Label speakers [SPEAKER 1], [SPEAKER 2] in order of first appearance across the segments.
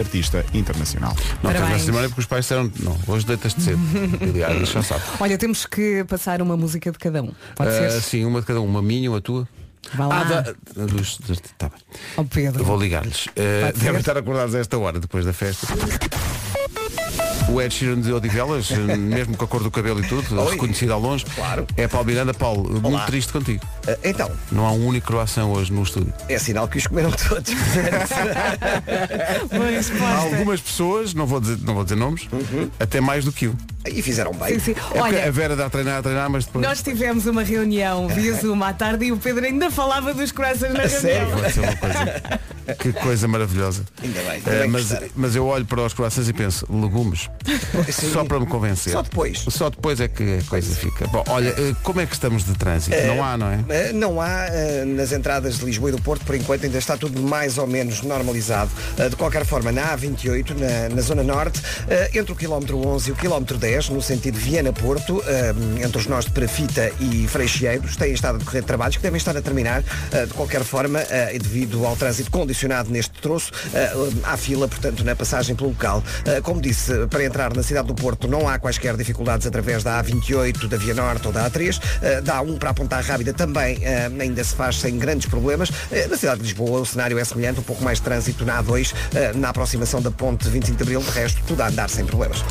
[SPEAKER 1] artista internacional.
[SPEAKER 2] Não teve
[SPEAKER 3] Parabéns.
[SPEAKER 2] essa semana porque os pais disseram, não, hoje deitas-te cedo. Aliás, já sabe.
[SPEAKER 3] Olha, temos que passar uma música de cada um. Pode
[SPEAKER 2] Ah,
[SPEAKER 3] ser?
[SPEAKER 2] sim, uma de cada um, uma minha, uma tua.
[SPEAKER 3] Vá lá.
[SPEAKER 2] Ah, da- dos- dos- tá bem.
[SPEAKER 3] Ó
[SPEAKER 2] Eu
[SPEAKER 3] Pedro.
[SPEAKER 2] vou ligar-lhes. Eh,
[SPEAKER 3] Pode ser?
[SPEAKER 2] devem estar acordados a esta hora, depois da festa. O Ed Sheeran de Odivelas, eh, mesmo com a cor do cabelo e tudo,
[SPEAKER 4] Oi.
[SPEAKER 2] reconhecido ao longe.
[SPEAKER 4] Claro.
[SPEAKER 2] É Paulo Miranda. Paulo, muito triste contigo.
[SPEAKER 4] Ah, Então,
[SPEAKER 2] Não há um único croissant hoje no estúdio.
[SPEAKER 4] é sinal que os comeram todos.
[SPEAKER 3] Boa
[SPEAKER 2] Há
[SPEAKER 3] resposta.
[SPEAKER 2] algumas pessoas, não vou dizer, não vou dizer nomes, até mais do que um.
[SPEAKER 4] e fizeram bem.
[SPEAKER 3] Sim, sim.
[SPEAKER 2] É porque a
[SPEAKER 3] Uhum. Olha,
[SPEAKER 2] Vera dá a treinar, a treinar, mas depois.
[SPEAKER 3] nós tivemos uma reunião via Zoom à tarde e o Pedro ainda falava dos corações na
[SPEAKER 4] sério?
[SPEAKER 3] reunião.
[SPEAKER 2] É, Vai ser uma coisa. que coisa maravilhosa.
[SPEAKER 4] Ainda bem, ainda
[SPEAKER 2] Eh,
[SPEAKER 4] bem que
[SPEAKER 2] mas,
[SPEAKER 4] gostaram.
[SPEAKER 2] mas eu olho para os croissants e penso, legumes.
[SPEAKER 4] Sim.
[SPEAKER 2] Só para me convencer.
[SPEAKER 4] Só depois.
[SPEAKER 2] Só depois é que a coisa fica. Bom, olha, eh, como é que estamos de trânsito? Não há, não é?
[SPEAKER 4] Ah, Não há ah, nas entradas de Lisboa e do Porto, por enquanto ainda está tudo mais ou menos normalizado. Ah, De qualquer forma, na A28, na, na Zona Norte, ah, entre o quilómetro 11 e o quilómetro 10, no sentido Viana-Porto, ah, entre os nós de Parafita e Freixeiros, têm estado a decorrer trabalhos que devem estar a terminar. Ah, De qualquer forma, ah, e devido ao trânsito condicionado neste troço, ah, há fila, portanto, na passagem pelo local. Ah, Como disse, para entrar na cidade do Porto não há quaisquer dificuldades através da A28, da Via Norte ou da A3. Ah, Da A1 para a Ponta Rábida também ah, ainda se faz sem grandes problemas. Ah, Na cidade de Lisboa o cenário é semelhante, um pouco mais de trânsito na A2, ah, na aproximação da ponte 25 de Abril, de resto tudo a andar sem problemas.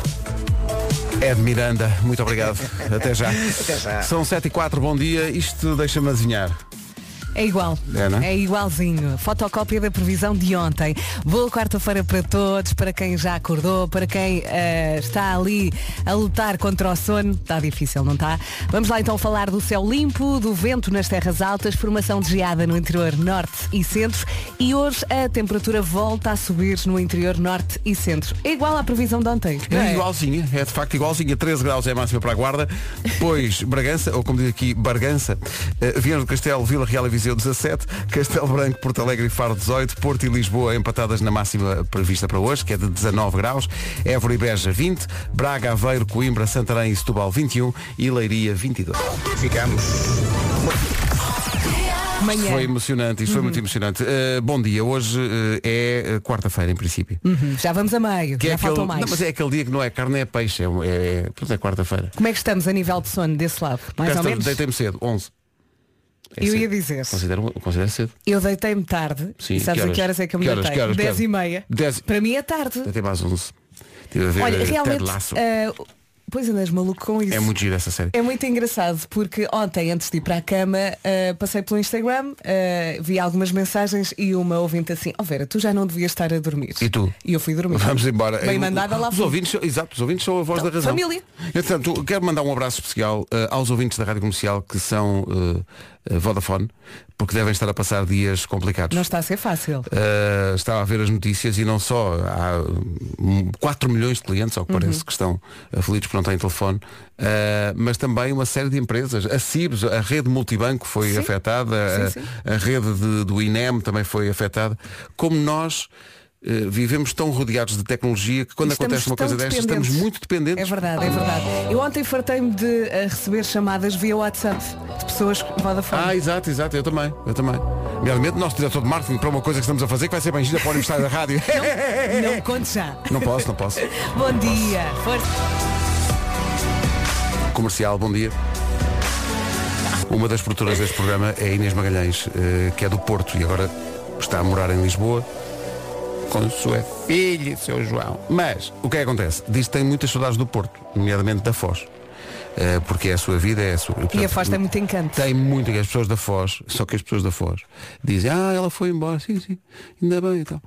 [SPEAKER 2] Ed Miranda, muito obrigado. Até já.
[SPEAKER 4] Até já.
[SPEAKER 2] São 7 e 4, bom dia. Isto deixa-me adivinhar.
[SPEAKER 3] É igual.
[SPEAKER 2] É, não é?
[SPEAKER 3] igualzinho. Fotocópia da previsão de ontem. Boa quarta-feira para todos, para quem já acordou, para quem eh, está ali a lutar contra o sono. Está difícil, não está? Vamos lá então falar do céu limpo, do vento nas terras altas, formação de geada no interior norte e centro. E hoje a temperatura volta a subir no interior norte e centro. É igual à previsão de ontem. não
[SPEAKER 2] É
[SPEAKER 3] é?
[SPEAKER 2] igualzinha, é de facto igualzinha. 13 graus é a máxima para a Guarda. Depois Bragança, ou como diz aqui, Bargança, eh, Viana do Castelo, Vila Real e Viseu 17, Castelo Branco, Porto Alegre e Faro 18, Porto e Lisboa empatadas na máxima prevista para hoje, que é de 19 graus, Évora e Beja 20, Braga, Aveiro, Coimbra, Santarém e Setúbal 21 e Leiria 22.
[SPEAKER 3] Manhã.
[SPEAKER 2] Foi emocionante, isto foi muito emocionante. Eh, bom dia, hoje eh, é eh, quarta-feira em princípio.
[SPEAKER 3] Hum, Já vamos a meio,
[SPEAKER 2] Que
[SPEAKER 3] já
[SPEAKER 2] é aquele...
[SPEAKER 3] faltam
[SPEAKER 2] não,
[SPEAKER 3] mais.
[SPEAKER 2] mas é aquele dia que não é carne, é peixe, é, é, é- portanto, é quarta-feira.
[SPEAKER 3] Como é que estamos a nível de sono desse lado? Mais ou
[SPEAKER 2] Cá estamos,
[SPEAKER 3] menos?
[SPEAKER 2] Deitei-me cedo, 11. É
[SPEAKER 3] Eu
[SPEAKER 2] cedo.
[SPEAKER 3] ia dizer.
[SPEAKER 2] Considero, considero cedo.
[SPEAKER 3] Eu deitei-me tarde.
[SPEAKER 2] Sim,
[SPEAKER 3] E sabes
[SPEAKER 2] que
[SPEAKER 3] a que horas é que eu me
[SPEAKER 2] Que horas,
[SPEAKER 3] deitei?
[SPEAKER 2] que horas, que
[SPEAKER 3] Dez e
[SPEAKER 2] horas?
[SPEAKER 3] meia.
[SPEAKER 2] Dez-
[SPEAKER 3] Para mim é tarde.
[SPEAKER 2] Até mais 11. Tive a ver
[SPEAKER 3] Olha,
[SPEAKER 2] eh,
[SPEAKER 3] realmente.
[SPEAKER 2] Ted Lasso.
[SPEAKER 3] ah, pois andas maluco com isso.
[SPEAKER 2] É muito giro essa série.
[SPEAKER 3] É muito engraçado porque ontem, antes de ir para a cama, ah, passei pelo Instagram, ah, vi algumas mensagens e uma ouvinte assim, oh Vera, tu já não devias estar a dormir.
[SPEAKER 2] E tu?
[SPEAKER 3] E eu fui dormir.
[SPEAKER 2] Vamos embora.
[SPEAKER 3] Bem
[SPEAKER 2] Eu-
[SPEAKER 3] mandada lá
[SPEAKER 2] os
[SPEAKER 3] fui.
[SPEAKER 2] ouvintes, são- Exato, os ouvintes são a voz
[SPEAKER 3] Então,
[SPEAKER 2] da razão.
[SPEAKER 3] família.
[SPEAKER 2] Entretanto, quero mandar um abraço especial eh, aos ouvintes da Rádio Comercial que são eh, eh, Vodafone, porque devem estar a passar dias complicados.
[SPEAKER 3] Não está a ser fácil.
[SPEAKER 2] Uh, estava a ver as notícias e não só há hum, 4 milhões de clientes, ao que parece,
[SPEAKER 3] Uhum.
[SPEAKER 2] que estão aflitos porque não têm telefone, uh, mas também uma série de empresas. A CIBS, a rede multibanco foi
[SPEAKER 3] Sim.
[SPEAKER 2] afetada,
[SPEAKER 3] Sim,
[SPEAKER 2] a, a rede de- do INEM também foi afetada. Como nós uh, vivemos tão rodeados de tecnologia que quando
[SPEAKER 3] Estamos
[SPEAKER 2] acontece uma
[SPEAKER 3] tão
[SPEAKER 2] coisa destas estamos
[SPEAKER 3] dependentes.
[SPEAKER 2] muito dependentes.
[SPEAKER 3] É verdade, é verdade. Eu ontem fartei-me de ah, receber chamadas via WhatsApp de pessoas Vodafone.
[SPEAKER 2] Ah, exato, exato, eu também, eu também. Realmente, nosso diretor de marketing para uma coisa que estamos a fazer que vai ser bem gira para o aniversário da rádio. é.
[SPEAKER 3] Não conte já.
[SPEAKER 2] não posso, não posso.
[SPEAKER 3] Bom dia. Força.
[SPEAKER 2] Comercial, bom dia. Uma das produtoras deste programa é a Inês Magalhães, eh, que é do Porto e agora está a morar em Lisboa com sua filha e seu João. Mas o que é que acontece? Diz que tem muitas saudades do Porto, nomeadamente da Foz. Eh, porque é a sua vida, é a sua.
[SPEAKER 3] E a Foz tem muito encanto.
[SPEAKER 2] Tem muito, que as pessoas da Foz, só que as pessoas da Foz dizem, ah, ela foi embora, sim, sim, ainda bem então.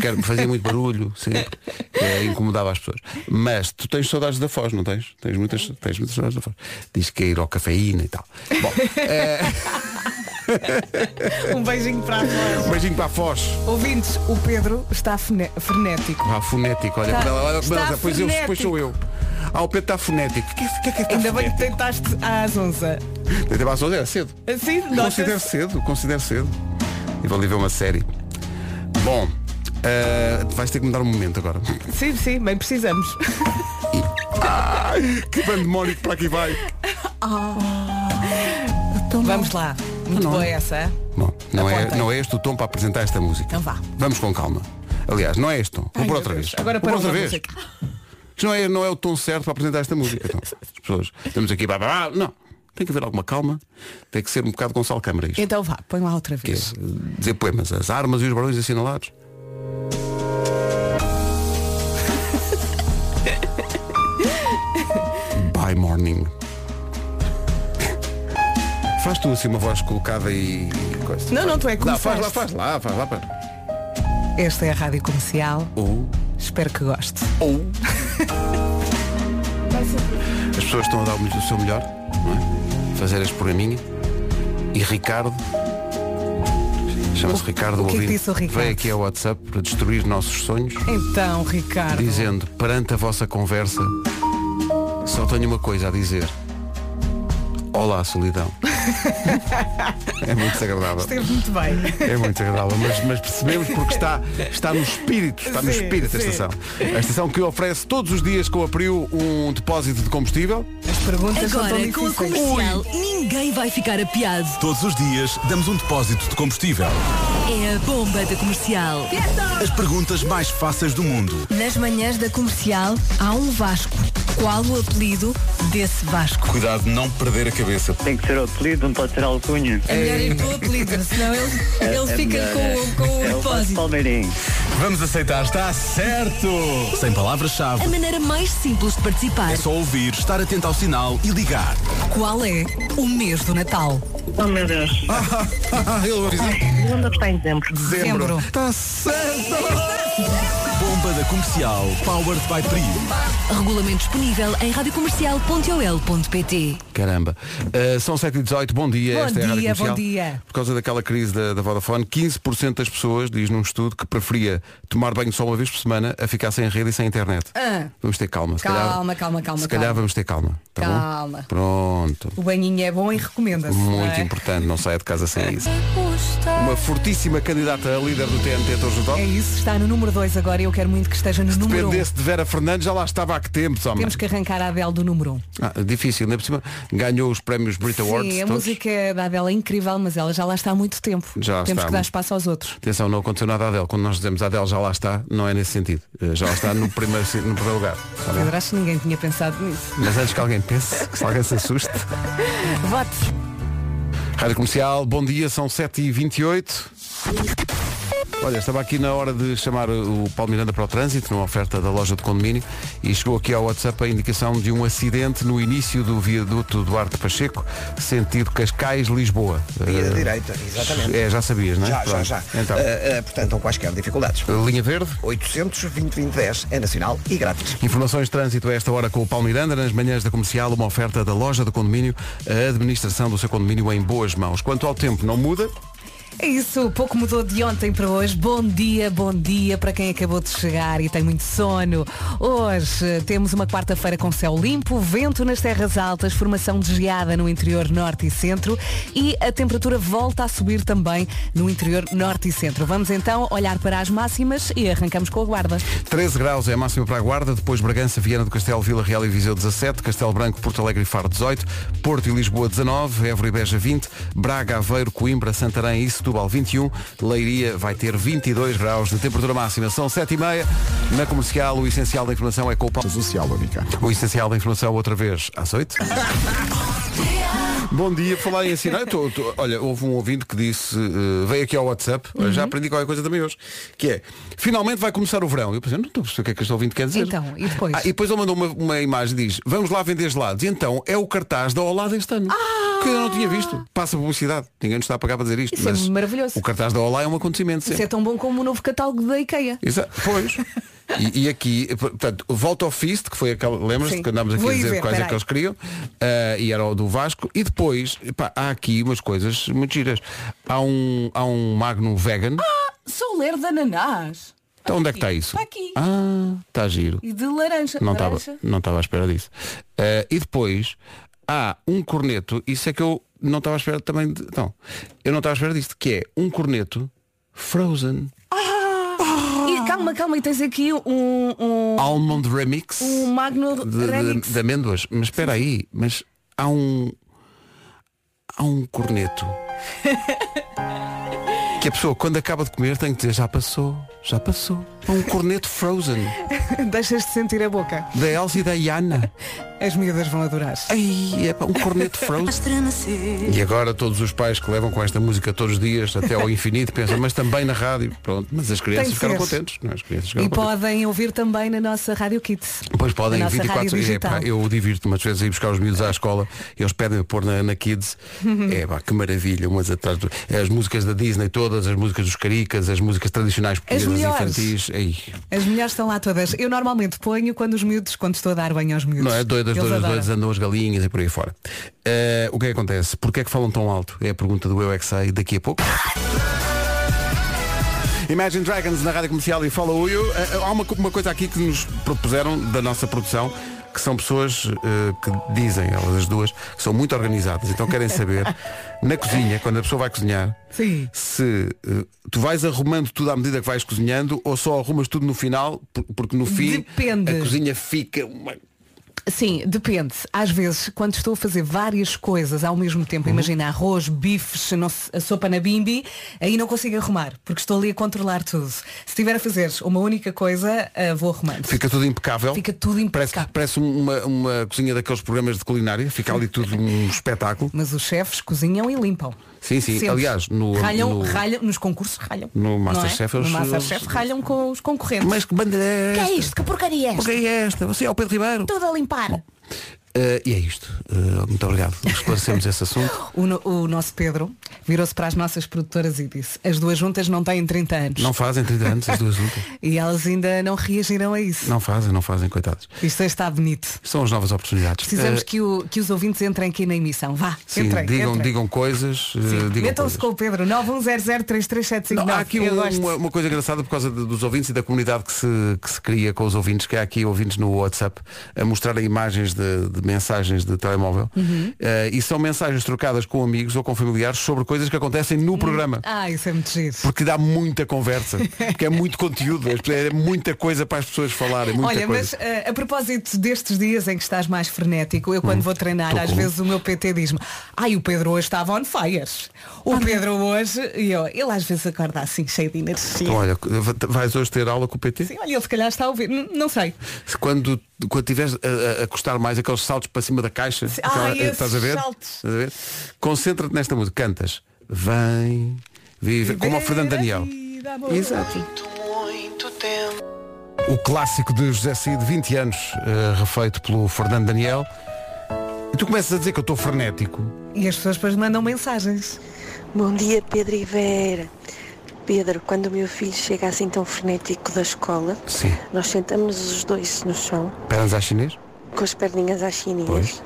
[SPEAKER 2] Quero, fazia muito barulho, sempre. É, incomodava as pessoas. Mas tu tens saudades da Foz, não tens? Tens muitas, tens muitas saudades da Foz. Diz que é ir ao cafeína e tal. Bom,
[SPEAKER 3] Um beijinho para a
[SPEAKER 2] um beijinho para a Foz.
[SPEAKER 3] Ouvintes, o Pedro está fene- frenético.
[SPEAKER 2] Para a fonética, olha,
[SPEAKER 3] Está-
[SPEAKER 2] para ela, olha,
[SPEAKER 3] está
[SPEAKER 2] beleza, pois eu, depois
[SPEAKER 3] frenético.
[SPEAKER 2] sou eu. Ah, o Pedro está fonético. O que, é- o que é que é que
[SPEAKER 3] Ainda
[SPEAKER 2] está
[SPEAKER 3] bem que
[SPEAKER 2] fonético?
[SPEAKER 3] tentaste às 11.
[SPEAKER 2] Até para as 11 era é cedo.
[SPEAKER 3] Assim,
[SPEAKER 2] Considero
[SPEAKER 3] nota-se.
[SPEAKER 2] cedo, considero cedo. E vou ali ver uma série. Bom, eh, vais ter que mudar um momento agora.
[SPEAKER 3] Sim, sim, bem precisamos.
[SPEAKER 2] que pandemónico para aqui vai.
[SPEAKER 3] Vamos lá. Muito
[SPEAKER 2] Então Não.
[SPEAKER 3] boa essa. hã?
[SPEAKER 2] Bom, não é,
[SPEAKER 3] Apontem.
[SPEAKER 2] não é este o tom para apresentar esta música.
[SPEAKER 3] Então vá.
[SPEAKER 2] Vamos com calma. Aliás, não é este tom. Vou
[SPEAKER 3] Ai,
[SPEAKER 2] por
[SPEAKER 3] meu
[SPEAKER 2] outra
[SPEAKER 3] Deus.
[SPEAKER 2] vez.
[SPEAKER 3] Agora
[SPEAKER 2] Vou por
[SPEAKER 3] para
[SPEAKER 2] outra
[SPEAKER 3] uma
[SPEAKER 2] vez.
[SPEAKER 3] música.
[SPEAKER 2] Isto não é, não é o tom certo para apresentar esta música. Então, as pessoas, estamos aqui. Blá, blá, blá. Não. Tem que haver alguma calma. Tem que ser um bocado Gonçalo Câmara isto.
[SPEAKER 3] Então vá, põe lá outra
[SPEAKER 2] Que é, eh,
[SPEAKER 3] vez.
[SPEAKER 2] dizer poemas, as armas e os barões assinalados. By morning. Faz tu assim uma voz colocada e. e coisa.
[SPEAKER 3] Não, não, tu é que
[SPEAKER 2] Não, faz lá, faz
[SPEAKER 3] começaste.
[SPEAKER 2] lá, faz lá. Faz.
[SPEAKER 3] Esta é a Rádio Comercial.
[SPEAKER 2] Ou.
[SPEAKER 3] Espero que goste.
[SPEAKER 2] Ou. As pessoas estão a dar o seu melhor, não é? Fazer este programinha. E Ricardo. Chama-se Ricardo
[SPEAKER 3] o que é que
[SPEAKER 2] ouvinte,
[SPEAKER 3] disse o Ricardo?
[SPEAKER 2] Veio aqui ao WhatsApp para destruir nossos sonhos,
[SPEAKER 3] Então, Ricardo.
[SPEAKER 2] dizendo perante a vossa conversa, só tenho uma coisa a dizer. Olá, solidão. é muito desagradável.
[SPEAKER 3] Esteve muito bem.
[SPEAKER 2] É muito agradável, mas, mas percebemos porque está, está no espírito, está no
[SPEAKER 3] Sim,
[SPEAKER 2] espírito a
[SPEAKER 3] sim.
[SPEAKER 2] estação. A estação que oferece todos os dias com a Priu um depósito de combustível.
[SPEAKER 3] As perguntas são tão
[SPEAKER 1] Agora, com a
[SPEAKER 3] difíceis.
[SPEAKER 1] comercial, ninguém vai ficar apiado.
[SPEAKER 5] Todos os dias damos um depósito de combustível.
[SPEAKER 1] É a bomba da comercial.
[SPEAKER 5] As perguntas mais fáceis do mundo.
[SPEAKER 1] Nas manhãs da comercial há um Vasco. Qual o apelido desse Vasco?
[SPEAKER 5] Cuidado de não perder a cabeça.
[SPEAKER 6] Tem que ser apelido, não pode ser alcunha.
[SPEAKER 1] É melhor ir com o apelido, senão ele, ele fica com, com
[SPEAKER 6] É
[SPEAKER 1] o
[SPEAKER 6] o Vasco
[SPEAKER 1] depósito.
[SPEAKER 6] Palmeirinho.
[SPEAKER 5] Vamos aceitar, está certo! Sem
[SPEAKER 1] A
[SPEAKER 5] palavras-chave.
[SPEAKER 1] maneira mais simples de participar.
[SPEAKER 5] É só ouvir, estar atento ao sinal e ligar.
[SPEAKER 1] Qual é o mês do Natal?
[SPEAKER 7] Oh meu Deus,
[SPEAKER 2] Ele avisa
[SPEAKER 7] segunda está em dezembro.
[SPEAKER 3] Dezembro.
[SPEAKER 2] Está certo!
[SPEAKER 5] Bomba da comercial, powered by Priu.
[SPEAKER 1] Regulamento disponível em radiocomercial.ol.pt
[SPEAKER 2] Caramba. Uh, são 7 e 18 bom dia.
[SPEAKER 3] Bom
[SPEAKER 2] Esta é a Rádio
[SPEAKER 3] dia,
[SPEAKER 2] Comercial.
[SPEAKER 3] bom dia.
[SPEAKER 2] Por causa daquela crise da, da Vodafone, 15% das pessoas, diz num estudo, que preferia tomar banho só uma vez por semana a ficar sem rede e sem internet.
[SPEAKER 3] Ah.
[SPEAKER 2] Vamos ter calma. Se
[SPEAKER 3] Calma,
[SPEAKER 2] calhar,
[SPEAKER 3] calma, calma,
[SPEAKER 2] Se calhar
[SPEAKER 3] calma.
[SPEAKER 2] vamos ter calma. tá bom?
[SPEAKER 3] Calma.
[SPEAKER 2] Pronto.
[SPEAKER 3] O banhinho é bom e recomenda-se. não
[SPEAKER 2] Muito
[SPEAKER 3] é?
[SPEAKER 2] importante, não saia de casa sem isso. Uma fortíssima candidata a líder do TNT Todos no
[SPEAKER 3] É
[SPEAKER 2] Top.
[SPEAKER 3] isso, está no número 2 agora e eu quero muito que esteja no número 1. Um.
[SPEAKER 2] Dependesse de Vera Fernandes, já lá estava há que tempo, homem.
[SPEAKER 3] Temos que arrancar a Adele do número 1. Um.
[SPEAKER 2] Ah, difícil, ainda por cima. Ganhou os prémios Brit Awards.
[SPEAKER 3] Sim, a
[SPEAKER 2] todos.
[SPEAKER 3] música da Adele é incrível, mas ela já lá está há muito tempo.
[SPEAKER 2] Já
[SPEAKER 3] Temos
[SPEAKER 2] está.
[SPEAKER 3] que dar espaço aos outros.
[SPEAKER 2] Atenção, não aconteceu nada a Adele. Quando nós dizemos a Adele já lá está, não é nesse sentido. Eh, Já lá está no primeiro, si- no primeiro lugar. Tá bom?
[SPEAKER 3] Pedro, acho que ninguém tinha pensado nisso.
[SPEAKER 2] Mas antes que alguém pense, que se alguém se assuste.
[SPEAKER 3] Vote!
[SPEAKER 2] Rádio Comercial, bom dia, são 7h28. Olha, estava aqui na hora de chamar o Paulo Miranda para o trânsito, numa oferta da loja de condomínio, e chegou aqui ao WhatsApp a indicação de um acidente no início do viaduto Duarte Pacheco, sentido Cascais-Lisboa.
[SPEAKER 4] Via da
[SPEAKER 2] Eh,
[SPEAKER 4] direita, exatamente.
[SPEAKER 2] É, já sabias, não é?
[SPEAKER 4] Já, já,
[SPEAKER 2] Pronto.
[SPEAKER 4] já.
[SPEAKER 2] Então,
[SPEAKER 4] Ah, ah, portanto, não quaisquer dificuldades.
[SPEAKER 2] linha verde?
[SPEAKER 4] 800 20 20 10 é nacional e grátis.
[SPEAKER 2] Informações de trânsito a esta hora com o Paulo Miranda, nas manhãs da comercial, uma oferta da loja do condomínio, a administração do seu condomínio em boas mãos. Quanto ao tempo, não muda?
[SPEAKER 3] É isso, pouco mudou de ontem para hoje. Bom dia, bom dia para quem acabou de chegar e tem muito sono. Hoje eh, temos uma quarta-feira com céu limpo, vento nas terras altas, formação de geada no interior norte e centro e a temperatura volta a subir também no interior norte e centro. Vamos então olhar para as máximas e arrancamos com a guarda.
[SPEAKER 2] 13 graus é a máxima para a Guarda, depois Bragança, Viana do Castelo, Vila Real e Viseu 17, Castelo Branco, Porto Alegre e Faro 18, Porto e Lisboa 19, Évora e Beja 20, Braga, Aveiro, Coimbra, Santarém e Setúbal 21, Leiria vai ter 22 graus de temperatura máxima. São 7 e meia, na comercial o essencial da informação é com o Paulo.
[SPEAKER 8] Social única.
[SPEAKER 2] O essencial da informação outra vez às 8. Bom dia, falar em ensinar. eu tô- tô- olha, houve um ouvinte que disse, eh, veio aqui ao WhatsApp, olha,
[SPEAKER 3] Uhum.
[SPEAKER 2] já aprendi qualquer coisa também hoje, que é, finalmente vai começar o verão. Eu pensei, não estou a perceber o que é que este ouvinte quer dizer.
[SPEAKER 3] Então, e depois?
[SPEAKER 2] Ah, e depois ele mandou uma, uma imagem e diz, vamos lá vender gelados. E então é o cartaz da Olá deste ano. Que eu não tinha visto. Passa publicidade. Ninguém nos está a pagar para dizer isto.
[SPEAKER 3] Isso é
[SPEAKER 2] mas
[SPEAKER 3] maravilhoso.
[SPEAKER 2] O cartaz da Olá é um acontecimento. sempre.
[SPEAKER 3] Isso é tão bom como o novo catálogo da IKEA.
[SPEAKER 2] Exato, pois. E, e aqui, portanto, volta ao Fist, que foi aquela, lembras-te
[SPEAKER 3] Sim.
[SPEAKER 2] que andámos aqui
[SPEAKER 3] Vou
[SPEAKER 2] a
[SPEAKER 3] ir
[SPEAKER 2] dizer
[SPEAKER 3] ver,
[SPEAKER 2] quais é
[SPEAKER 3] peraí.
[SPEAKER 2] que eles queriam, ah, e era o do Vasco, e depois, pá, há aqui umas coisas muito giras. Há um, há um Magnum Vegan,
[SPEAKER 3] Ah,
[SPEAKER 9] Sou ler de ananás.
[SPEAKER 2] então onde é que
[SPEAKER 3] tá
[SPEAKER 2] está isso?
[SPEAKER 9] Está aqui.
[SPEAKER 2] Ah, está giro.
[SPEAKER 9] E de laranja.
[SPEAKER 2] Não estava
[SPEAKER 9] laranja.
[SPEAKER 2] não estava à espera disso. Ah, e depois, há um corneto, isso é que eu não estava à espera também, de, não, eu não estava à espera disto, que é um corneto Frozen,
[SPEAKER 9] E calma, calma, e tens aqui um, um,
[SPEAKER 2] Almond Remix.
[SPEAKER 9] um Magno
[SPEAKER 2] de, de-
[SPEAKER 9] Remix.
[SPEAKER 2] de amêndoas. Mas espera aí, mas há um. Há um corneto. que a pessoa, quando acaba de comer, tem que dizer já passou, já passou. Um corneto Frozen,
[SPEAKER 3] Deixas de sentir a boca.
[SPEAKER 2] da Elsa e da Iana.
[SPEAKER 3] As miúdas vão adorar.
[SPEAKER 2] Ai, é pá, um corneto Frozen. E agora todos os pais que levam com esta música todos os dias, até ao infinito, pensam, mas também na rádio. Pronto, mas as crianças
[SPEAKER 3] Tem que
[SPEAKER 2] ficaram
[SPEAKER 3] ser.
[SPEAKER 2] contentes. Não, é? as crianças ficaram
[SPEAKER 3] E
[SPEAKER 2] contentes.
[SPEAKER 3] podem ouvir também na nossa Rádio Kids.
[SPEAKER 2] Pois podem,
[SPEAKER 3] A nossa
[SPEAKER 2] 24
[SPEAKER 3] rádio
[SPEAKER 2] é,
[SPEAKER 3] digital.
[SPEAKER 2] pá, Eu divirto-me às vezes a ir buscar os miúdos à escola e eles pedem a pôr na, na Kids.
[SPEAKER 3] Uhum.
[SPEAKER 2] é pá, que maravilha, umas atrás do... As músicas da Disney todas, as músicas dos caricas, as músicas tradicionais portuguesas
[SPEAKER 3] melhores.
[SPEAKER 2] infantis. Aí,
[SPEAKER 3] As mulheres estão lá todas. Eu normalmente ponho quando os miúdos, quando estou a dar banho aos miúdos.
[SPEAKER 2] não é? Doidas,
[SPEAKER 3] Eles
[SPEAKER 2] doidas,
[SPEAKER 3] adoram.
[SPEAKER 2] doidas, andam as galinhas e por aí fora. Eh, o que é que acontece? Porquê é que falam tão alto? É a pergunta do Eu é que sei daqui a pouco. Imagine Dragons na rádio comercial e Follow You. Eh, Há uma, co- uma coisa aqui que nos propuseram da nossa produção, que são pessoas eh, que dizem, elas as duas, que são muito organizadas, então querem saber, na cozinha, quando a pessoa vai cozinhar,
[SPEAKER 3] Sim.
[SPEAKER 2] se eh, tu vais arrumando tudo à medida que vais cozinhando ou só arrumas tudo no final, por- porque no fim
[SPEAKER 3] Depende.
[SPEAKER 2] a cozinha fica uma
[SPEAKER 3] Sim, depende. Às vezes, quando estou a fazer várias coisas ao mesmo
[SPEAKER 2] Uhum.
[SPEAKER 3] tempo, imagina arroz, bifes, não se- a sopa na bimbi, aí não consigo arrumar, porque estou ali a controlar tudo. Se estiver a fazer uma única coisa, ah, vou arrumando.
[SPEAKER 2] Fica tudo impecável.
[SPEAKER 3] Fica tudo impecável.
[SPEAKER 2] Parece, parece um, uma, uma cozinha daqueles programas de culinária. Fica ali tudo um espetáculo.
[SPEAKER 3] Mas os chefes cozinham e limpam.
[SPEAKER 2] Sim, sim.
[SPEAKER 3] Sempre.
[SPEAKER 2] Aliás, no-
[SPEAKER 3] Ralham,
[SPEAKER 2] no-
[SPEAKER 3] ralham, nos concursos ralham.
[SPEAKER 2] No
[SPEAKER 3] Não é?
[SPEAKER 2] Masterchef eles-
[SPEAKER 3] No Masterchef ralham com os concorrentes.
[SPEAKER 2] Mas que bandeira é
[SPEAKER 9] Que
[SPEAKER 2] esta?
[SPEAKER 9] é isto? Que porcaria é
[SPEAKER 2] O que
[SPEAKER 9] esta?
[SPEAKER 2] é esta? Você é o Pedro Ribeiro?
[SPEAKER 9] Tudo a limpar.
[SPEAKER 2] Eh, e é isto. Eh, muito obrigado. Esclarecemos esse assunto.
[SPEAKER 3] O, no- o nosso Pedro virou-se para as nossas produtoras e disse as duas juntas não têm 30 anos.
[SPEAKER 2] Não fazem 30 anos as duas juntas.
[SPEAKER 3] E elas ainda não reagiram a isso.
[SPEAKER 2] Não fazem, não fazem, coitados.
[SPEAKER 3] Isto está bonito.
[SPEAKER 2] São as novas oportunidades.
[SPEAKER 3] Precisamos
[SPEAKER 2] Eh,
[SPEAKER 3] que, o- que os ouvintes entrem aqui na emissão. Vá,
[SPEAKER 2] sim,
[SPEAKER 3] entrem.
[SPEAKER 2] digam,
[SPEAKER 3] entrem.
[SPEAKER 2] digam coisas. eh,
[SPEAKER 3] Sim.
[SPEAKER 2] digam coisas.
[SPEAKER 3] Metam-se com o Pedro, 910033759.
[SPEAKER 2] Não, há aqui
[SPEAKER 3] Eu
[SPEAKER 2] um-
[SPEAKER 3] gosto.
[SPEAKER 2] uma, uma coisa engraçada por causa de- dos ouvintes e da comunidade que se, que se cria com os ouvintes, que há aqui ouvintes no WhatsApp a mostrar imagens de, de mensagens de telemóvel
[SPEAKER 3] Uhum.
[SPEAKER 2] Eh, e são mensagens trocadas com amigos ou com familiares sobre coisas que acontecem no programa.
[SPEAKER 3] Ah, isso é muito giro.
[SPEAKER 2] Porque dá muita conversa, porque é muito conteúdo, é muita coisa para as pessoas falarem, é muita
[SPEAKER 3] Olha, mas
[SPEAKER 2] coisa.
[SPEAKER 3] eh, a propósito destes dias em que estás mais frenético, eu quando vou treinar,
[SPEAKER 2] Hum, tô
[SPEAKER 3] às
[SPEAKER 2] com- um.
[SPEAKER 3] vezes o meu PT diz-me, ai o Pedro hoje estava on fire. O
[SPEAKER 2] Ah,
[SPEAKER 3] Pedro hoje, e eu, ele às vezes acorda assim cheio de energia.
[SPEAKER 2] Então, Olha, vais hoje ter aula com o PT?
[SPEAKER 3] Sim, olha, ele se calhar está a ouvir, N- não sei.
[SPEAKER 2] Se Quando, quando tiveres a, a- a custar mais aqueles saltos para cima da caixa,
[SPEAKER 3] Ah, esses
[SPEAKER 2] estás a ver?
[SPEAKER 3] saltos.
[SPEAKER 2] Estás a ver? Concentra-te nesta música, cantas. Vem, vive, como o Fernando Daniel. Exato. O clássico de José Cid, 20 anos, eh, refeito pelo Fernando Daniel. E tu começas a dizer que eu estou frenético.
[SPEAKER 3] E as pessoas depois mandam mensagens.
[SPEAKER 8] Bom dia, Pedro e Vera. Pedro, quando o meu filho chega assim tão frenético da escola,
[SPEAKER 2] Sim.
[SPEAKER 8] nós sentamos os dois no chão,
[SPEAKER 2] Pernas à chinês?
[SPEAKER 8] com as perninhas às
[SPEAKER 2] Pois.
[SPEAKER 8] chininhas,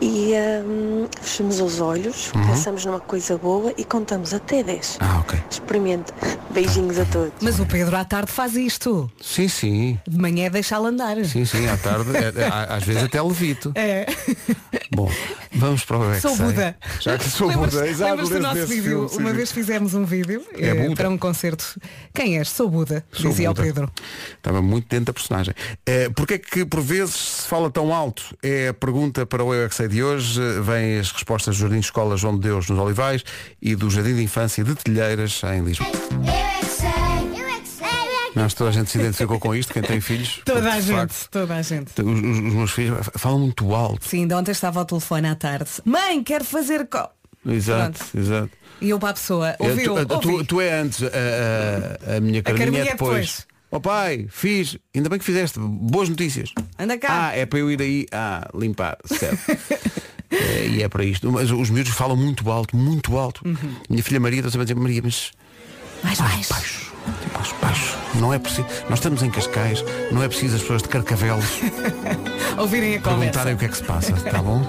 [SPEAKER 8] e hum, fechamos os olhos, pensamos numa coisa boa e contamos até 10.
[SPEAKER 2] Uhum. Ah, ok.
[SPEAKER 8] Experimente. Beijinhos a todos.
[SPEAKER 3] Mas o Pedro à tarde faz isto.
[SPEAKER 2] Sim, sim.
[SPEAKER 3] De manhã é deixá-lo andar.
[SPEAKER 2] Sim, sim, à tarde, é- é- à- às vezes até levito.
[SPEAKER 3] É.
[SPEAKER 2] Bom, vamos para o Eu é que
[SPEAKER 3] Sou
[SPEAKER 2] Sei.
[SPEAKER 3] Buda.
[SPEAKER 2] Já que sou
[SPEAKER 3] Lembras-
[SPEAKER 2] Buda, exato.
[SPEAKER 3] lembras do
[SPEAKER 2] lembro
[SPEAKER 3] nosso
[SPEAKER 2] desse
[SPEAKER 3] vídeo?
[SPEAKER 2] filme, sim,
[SPEAKER 3] Uma
[SPEAKER 2] sim.
[SPEAKER 3] vez fizemos um vídeo
[SPEAKER 2] É
[SPEAKER 3] eh,
[SPEAKER 2] Buda.
[SPEAKER 3] para um concerto. Quem és? Sou Buda,
[SPEAKER 2] Sou
[SPEAKER 3] dizia
[SPEAKER 2] Buda.
[SPEAKER 3] ao Pedro.
[SPEAKER 2] Estava muito dentro da personagem. Eh, Porquê é que por vezes se fala tão alto? É a pergunta para o Eu é que Sei de hoje. Eh, Vêm as respostas do Jardim de Escola João de Deus nos Olivais e do Jardim de Infância de Telheiras em Lisboa. Não, acho que toda a gente se identificou com isto, quem tem filhos.
[SPEAKER 3] Toda a
[SPEAKER 2] de
[SPEAKER 3] gente,
[SPEAKER 2] facto,
[SPEAKER 3] toda a gente.
[SPEAKER 2] os, os- os meus filhos falam muito alto.
[SPEAKER 3] Sim, de ontem estava ao telefone à tarde. Mãe, quero fazer co...
[SPEAKER 2] Exato,
[SPEAKER 3] Pronto.
[SPEAKER 2] exato.
[SPEAKER 3] E eu para a pessoa,
[SPEAKER 2] Eu-
[SPEAKER 3] ouviu,
[SPEAKER 2] É, tu, tu-
[SPEAKER 3] ouvi.
[SPEAKER 2] tu é antes, a, a- a minha carninha,
[SPEAKER 3] carninha
[SPEAKER 2] é
[SPEAKER 3] é
[SPEAKER 2] depois.
[SPEAKER 3] depois.
[SPEAKER 2] Ó pai, fiz, ainda bem que fizeste, boas notícias.
[SPEAKER 3] Anda cá.
[SPEAKER 2] Ah, é para eu ir aí, ah, limpar, certo. É, e é para isto. Mas os miúdos falam muito alto, muito alto.
[SPEAKER 3] Uhum.
[SPEAKER 2] Minha filha Maria está sempre a dizer, Maria, mas
[SPEAKER 9] Mais, mais.
[SPEAKER 2] baixo, baixo, baixo. Não é preciso. Nós estamos em Cascais, não é preciso as pessoas de Carcavelos
[SPEAKER 3] Ouvirem a conversa.
[SPEAKER 2] perguntarem o que é que se passa, tá bom?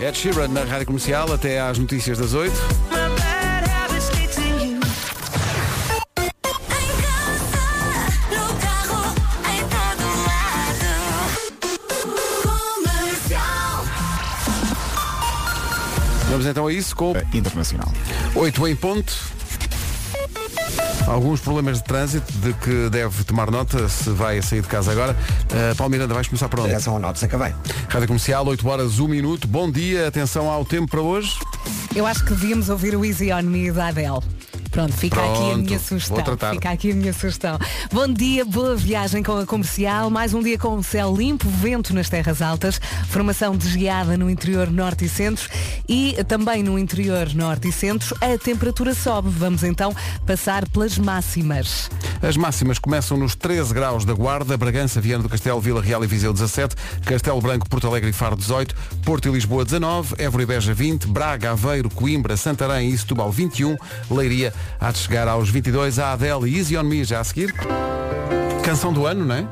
[SPEAKER 2] Ed Sheeran na Rádio Comercial até às notícias das 8. Vamos então a isso com
[SPEAKER 5] Internacional.
[SPEAKER 2] 8 em ponto. Alguns problemas de trânsito de que deve tomar nota se vai sair de casa agora. Uh, Paulo Miranda, vais começar por onde?
[SPEAKER 4] Atenção ao Notes, acabei.
[SPEAKER 2] Rádio Comercial, 8 horas, 1 minuto. Bom dia, atenção ao tempo para hoje.
[SPEAKER 3] Eu acho que devíamos ouvir o Easy On Me da Adele. Pronto, fica aqui a
[SPEAKER 2] Pronto,
[SPEAKER 3] minha
[SPEAKER 2] vou
[SPEAKER 3] sugestão.
[SPEAKER 2] tratar.
[SPEAKER 3] Fica aqui a minha sugestão. Bom dia, boa viagem com a comercial. Mais um dia com o céu limpo, vento nas terras altas, formação desviada no interior norte e centro e também no interior norte e centro a temperatura sobe. Vamos então passar pelas máximas.
[SPEAKER 2] As máximas começam nos 13 graus da Guarda, Bragança, Viana do Castelo, Vila Real e Viseu 17, Castelo Branco, Porto Alegre e Faro 18, Porto e Lisboa 19, Évora e Beja 20, Braga, Aveiro, Coimbra, Santarém e Setúbal 21, Leiria há de chegar aos 22, a Adele e Easy On Me já a seguir. Canção do ano, não é?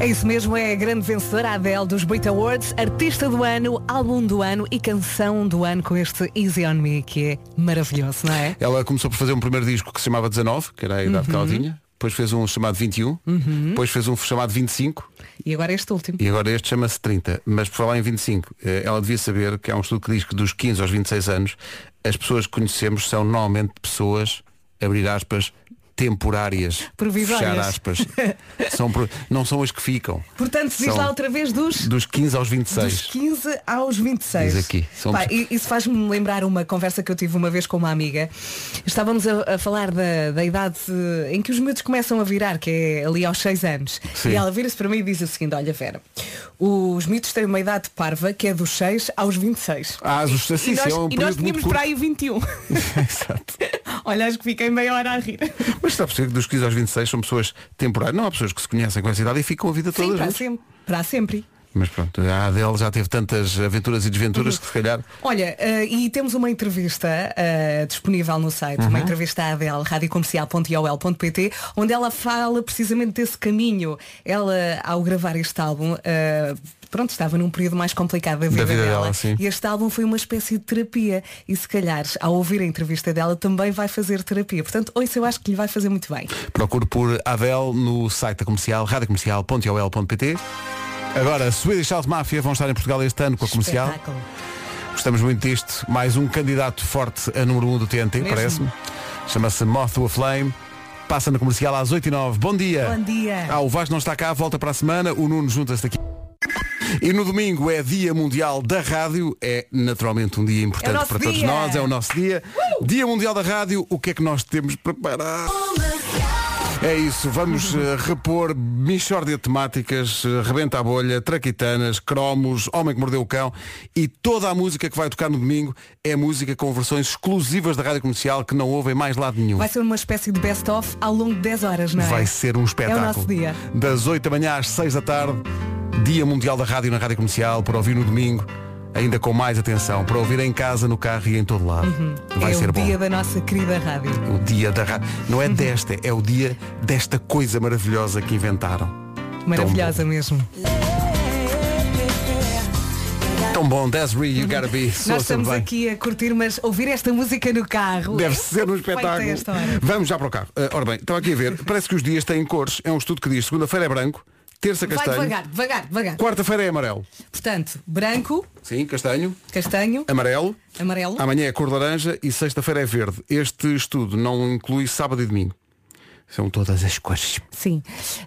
[SPEAKER 3] É isso mesmo, é a grande vencedora a Adele dos Brit Awards, artista do ano, álbum do ano e canção do ano com este Easy On Me, que é maravilhoso, não é?
[SPEAKER 2] Ela começou por fazer um primeiro disco que se chamava 19, que era a idade que
[SPEAKER 3] Uhum.
[SPEAKER 2] ela tinha, depois fez um chamado 21, depois fez um chamado 25,
[SPEAKER 3] E agora este último.
[SPEAKER 2] E agora este chama-se 30, mas por falar em 25, eh, ela devia saber que há um estudo que diz que dos 15 aos 26 anos as pessoas que conhecemos são normalmente pessoas, abrir aspas, temporárias.
[SPEAKER 3] Provisórias.
[SPEAKER 2] Fechar aspas. são, pro- não são as que ficam.
[SPEAKER 3] Portanto, diz
[SPEAKER 2] São
[SPEAKER 3] lá outra vez dos...
[SPEAKER 2] Dos 15 aos
[SPEAKER 3] Dos
[SPEAKER 2] 26.
[SPEAKER 3] 15 aos 26.
[SPEAKER 2] Diz aqui, somos-
[SPEAKER 3] Pá, e- isso faz-me lembrar uma conversa que eu tive uma vez com uma amiga. Estávamos a, a falar da, da idade eh, em que os miúdos começam a virar, que é ali aos 6 anos.
[SPEAKER 2] Sim.
[SPEAKER 3] E ela vira-se para mim e diz o seguinte, olha Vera, os miúdos têm uma idade parva que é dos 6 aos 26.
[SPEAKER 2] Ah, os sim,
[SPEAKER 3] e nós,
[SPEAKER 2] sim, é um
[SPEAKER 3] e nós
[SPEAKER 2] período muito
[SPEAKER 3] tínhamos
[SPEAKER 2] curto.
[SPEAKER 3] para aí 21.
[SPEAKER 2] Exato.
[SPEAKER 3] olha, acho que fiquei meia hora a rir.
[SPEAKER 2] Mas está a perceber que dos 15 aos 26 são pessoas temporárias. Não há pessoas que se conhecem com essa idade e ficam a vida toda
[SPEAKER 3] Sim, para
[SPEAKER 2] juntas.
[SPEAKER 3] sempre. Para sempre.
[SPEAKER 2] Mas pronto, a Adele já teve tantas aventuras e desventuras
[SPEAKER 3] Uhum.
[SPEAKER 2] que se calhar
[SPEAKER 3] Olha, eh, e temos uma entrevista eh, disponível no site,
[SPEAKER 2] Uhum.
[SPEAKER 3] uma entrevista à Adele, radiocomercial.iol.pt, onde ela fala precisamente desse caminho. Ela, ao gravar este álbum, eh, pronto, estava num período mais complicado da vida,
[SPEAKER 2] vida
[SPEAKER 3] dela.
[SPEAKER 2] dela, sim.
[SPEAKER 3] E este álbum foi uma espécie de terapia. E se calhar, ao ouvir a entrevista dela, também vai fazer terapia. Portanto, isso eu acho que lhe vai fazer muito bem.
[SPEAKER 2] Procure por Adele no site da comercial, radiocomercial.ol.pt. Agora, Swedish House Mafia vão estar em Portugal este ano com a comercial.
[SPEAKER 3] Espetáculo.
[SPEAKER 2] Gostamos muito disto. Mais um candidato forte a número 1 um do TNT,
[SPEAKER 3] Mesmo.
[SPEAKER 2] parece-me. Chama-se Moth to a Flame. Passa na comercial às 8 e 09 Bom dia.
[SPEAKER 3] Bom dia.
[SPEAKER 2] Ah, o Vasco não está cá, volta para a semana. O Nuno junta-se daqui. E no domingo é Dia Mundial da Rádio, é naturalmente um dia
[SPEAKER 3] É o
[SPEAKER 2] importante
[SPEAKER 3] nosso
[SPEAKER 2] para todos
[SPEAKER 3] dia. Uh!
[SPEAKER 2] nós, é o nosso dia. Dia Mundial da Rádio, o que é que nós temos preparado? É isso, vamos eh, repor Michórdia de temáticas, eh, Rebenta a Bolha, Traquitanas, Cromos, Homem que Mordeu o Cão e toda a música que vai tocar no domingo é música com versões exclusivas da Rádio Comercial que não ouvem mais lado nenhum.
[SPEAKER 3] Vai ser uma espécie de best-of ao longo de 10 horas, não é?
[SPEAKER 2] Vai ser um espetáculo.
[SPEAKER 3] É o nosso dia.
[SPEAKER 2] Das 8 da manhã às 6 da tarde, Dia Mundial da Rádio na Rádio Comercial, para ouvir no domingo, ainda com mais atenção, para ouvir em casa, no carro e em todo lado. Vai
[SPEAKER 3] é
[SPEAKER 2] ser
[SPEAKER 3] o
[SPEAKER 2] bom.
[SPEAKER 3] dia da Uhum. nossa querida rádio.
[SPEAKER 2] O dia da rádio. Não é desta, é o dia desta coisa maravilhosa que inventaram.
[SPEAKER 3] Maravilhosa mesmo.
[SPEAKER 2] Tão bom, Desiree, you gotta be. Soa
[SPEAKER 3] Nós estamos
[SPEAKER 2] bem.
[SPEAKER 3] aqui a curtir, mas ouvir esta música no carro.
[SPEAKER 2] Deve ser um
[SPEAKER 3] Feita
[SPEAKER 2] espetáculo.
[SPEAKER 3] esta hora.
[SPEAKER 2] Vamos já para o carro. Ah, ora bem, estava aqui a ver. Parece que os dias têm cores. É um estudo que diz segunda-feira é branco, terça
[SPEAKER 3] Vai
[SPEAKER 2] castanho,
[SPEAKER 3] devagar, devagar, devagar.
[SPEAKER 2] quarta-feira é amarelo.
[SPEAKER 3] Portanto, branco,
[SPEAKER 2] Sim, castanho,
[SPEAKER 3] castanho,
[SPEAKER 2] amarelo,
[SPEAKER 3] amarelo.
[SPEAKER 2] Amanhã é cor laranja e sexta-feira é verde. Este estudo não inclui sábado e domingo. São todas as cores.
[SPEAKER 3] Sim.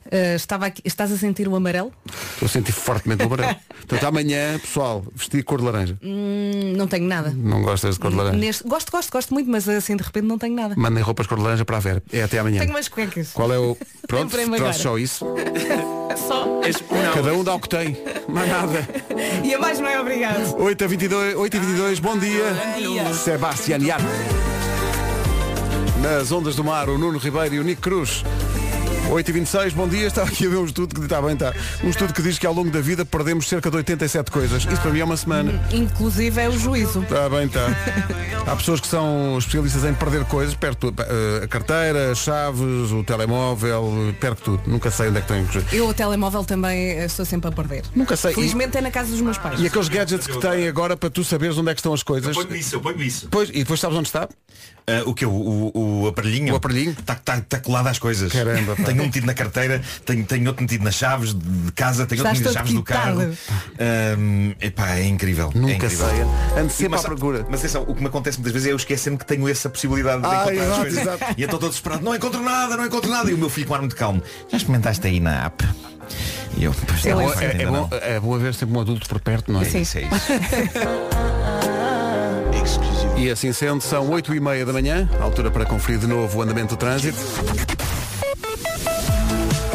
[SPEAKER 3] Uh, estava aqui- estás a sentir o amarelo?
[SPEAKER 2] Estou a sentir fortemente o amarelo. Portanto, amanhã, pessoal, vestir cor de laranja.
[SPEAKER 3] Hum, Não tenho nada.
[SPEAKER 2] Não gostas de cor de laranja?
[SPEAKER 3] Neste, gosto, gosto, gosto muito, mas assim de repente não tenho nada.
[SPEAKER 2] Mandem roupas cor de laranja para a Vera. É até amanhã.
[SPEAKER 3] Tenho umas cuecas.
[SPEAKER 2] Qual é o. Pronto,
[SPEAKER 3] Lembrei-me
[SPEAKER 2] trouxe só
[SPEAKER 3] agora.
[SPEAKER 2] isso.
[SPEAKER 3] Só.
[SPEAKER 2] Cada um dá o que tem. Mais nada.
[SPEAKER 3] E a mais não é obrigado.
[SPEAKER 2] 8 a 22, 8 e 22 bom dia. Sebastián Yar. Nas ondas do mar, o Nuno Ribeiro e o Nico Cruz. 8h26, bom dia. Estava aqui a ver um estudo que está bem, está. Um estudo que diz que ao longo da vida perdemos cerca de 87 coisas. Isso para mim é uma semana.
[SPEAKER 3] Inclusive é o juízo.
[SPEAKER 2] Está bem, está. Há pessoas que são especialistas em perder coisas, perto tudo. Eh, a carteira, as chaves, o telemóvel, perto tudo. Nunca sei onde é que tenho.
[SPEAKER 3] Eu o telemóvel também eh, estou sempre a perder.
[SPEAKER 2] Nunca sei.
[SPEAKER 3] Felizmente é na casa dos meus pais.
[SPEAKER 2] E aqueles gadgets que têm agora para tu saberes onde é que estão as coisas.
[SPEAKER 10] Ponho isso, eu ponho isso.
[SPEAKER 2] Pois, e depois sabes onde está?
[SPEAKER 10] Ah, o que? O, o aparelhinho?
[SPEAKER 2] O aparelhinho?
[SPEAKER 10] Está tá, tá colado às coisas.
[SPEAKER 2] Caramba, pá.
[SPEAKER 10] Tenho um metido na carteira, tenho, tenho outro metido nas chaves de casa, tenho
[SPEAKER 3] Estás
[SPEAKER 10] outro
[SPEAKER 3] todo
[SPEAKER 10] metido nas chaves do carro.
[SPEAKER 3] quitado.
[SPEAKER 10] Ahm, epá, é incrível. é
[SPEAKER 2] Nunca
[SPEAKER 10] incrível.
[SPEAKER 2] sei. Ando
[SPEAKER 10] E-
[SPEAKER 2] sempre à
[SPEAKER 10] mas,
[SPEAKER 2] procura.
[SPEAKER 10] mas atenção, o que me acontece muitas vezes é eu esquecendo que tenho essa possibilidade de
[SPEAKER 2] Ah,
[SPEAKER 10] encontrar
[SPEAKER 2] exato,
[SPEAKER 10] as coisas.
[SPEAKER 2] exato.
[SPEAKER 10] E então estou desesperado, não encontro nada, não encontro nada. E o meu filho com ar muito calmo. Já experimentaste aí na app? E eu, pois
[SPEAKER 2] É
[SPEAKER 10] não,
[SPEAKER 2] bom,
[SPEAKER 10] pai,
[SPEAKER 2] é,
[SPEAKER 10] ainda
[SPEAKER 2] é
[SPEAKER 10] não.
[SPEAKER 2] bom, é bom haver sempre um adulto por perto, não é?
[SPEAKER 10] É isso, é isso.
[SPEAKER 2] E assim sendo, são 8 e meia da manhã, altura para conferir de novo o andamento do trânsito.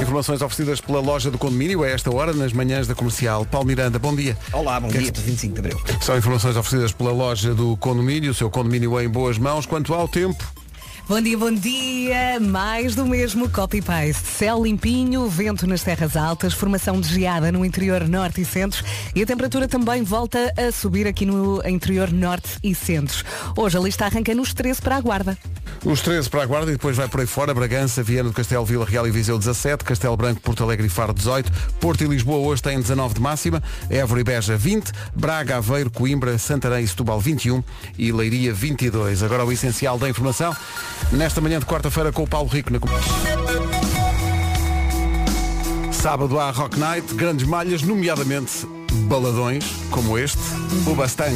[SPEAKER 2] Informações oferecidas pela loja do condomínio a esta hora, nas manhãs da comercial. Paulo Miranda, bom dia.
[SPEAKER 4] Olá, bom
[SPEAKER 2] Que é
[SPEAKER 4] dia de 25 de Abril.
[SPEAKER 2] São informações oferecidas pela loja do condomínio, o seu condomínio em boas mãos. Quanto ao tempo,
[SPEAKER 3] Bom dia, bom dia. Mais do mesmo copy-paste. Céu limpinho, vento nas terras altas, formação de geada no interior norte e centros e a temperatura também volta a subir aqui no interior norte e centros. Hoje a lista arranca nos 13 para a guarda.
[SPEAKER 2] os 13 para a Guarda e depois vai por aí fora. Bragança, Viana do Castelo, Vila Real e Viseu 17, Castelo Branco, Porto Alegre e Faro 18, Porto e Lisboa hoje têm 19 de máxima, Évora e Beja 20, Braga, Aveiro, Coimbra, Santarém e Setúbal 21 e Leiria 22. Agora o essencial da informação, nesta manhã de quarta-feira com o Paulo Rico na Com- Sábado há Rock Night, grandes malhas, nomeadamente baladões como este, o Bastank.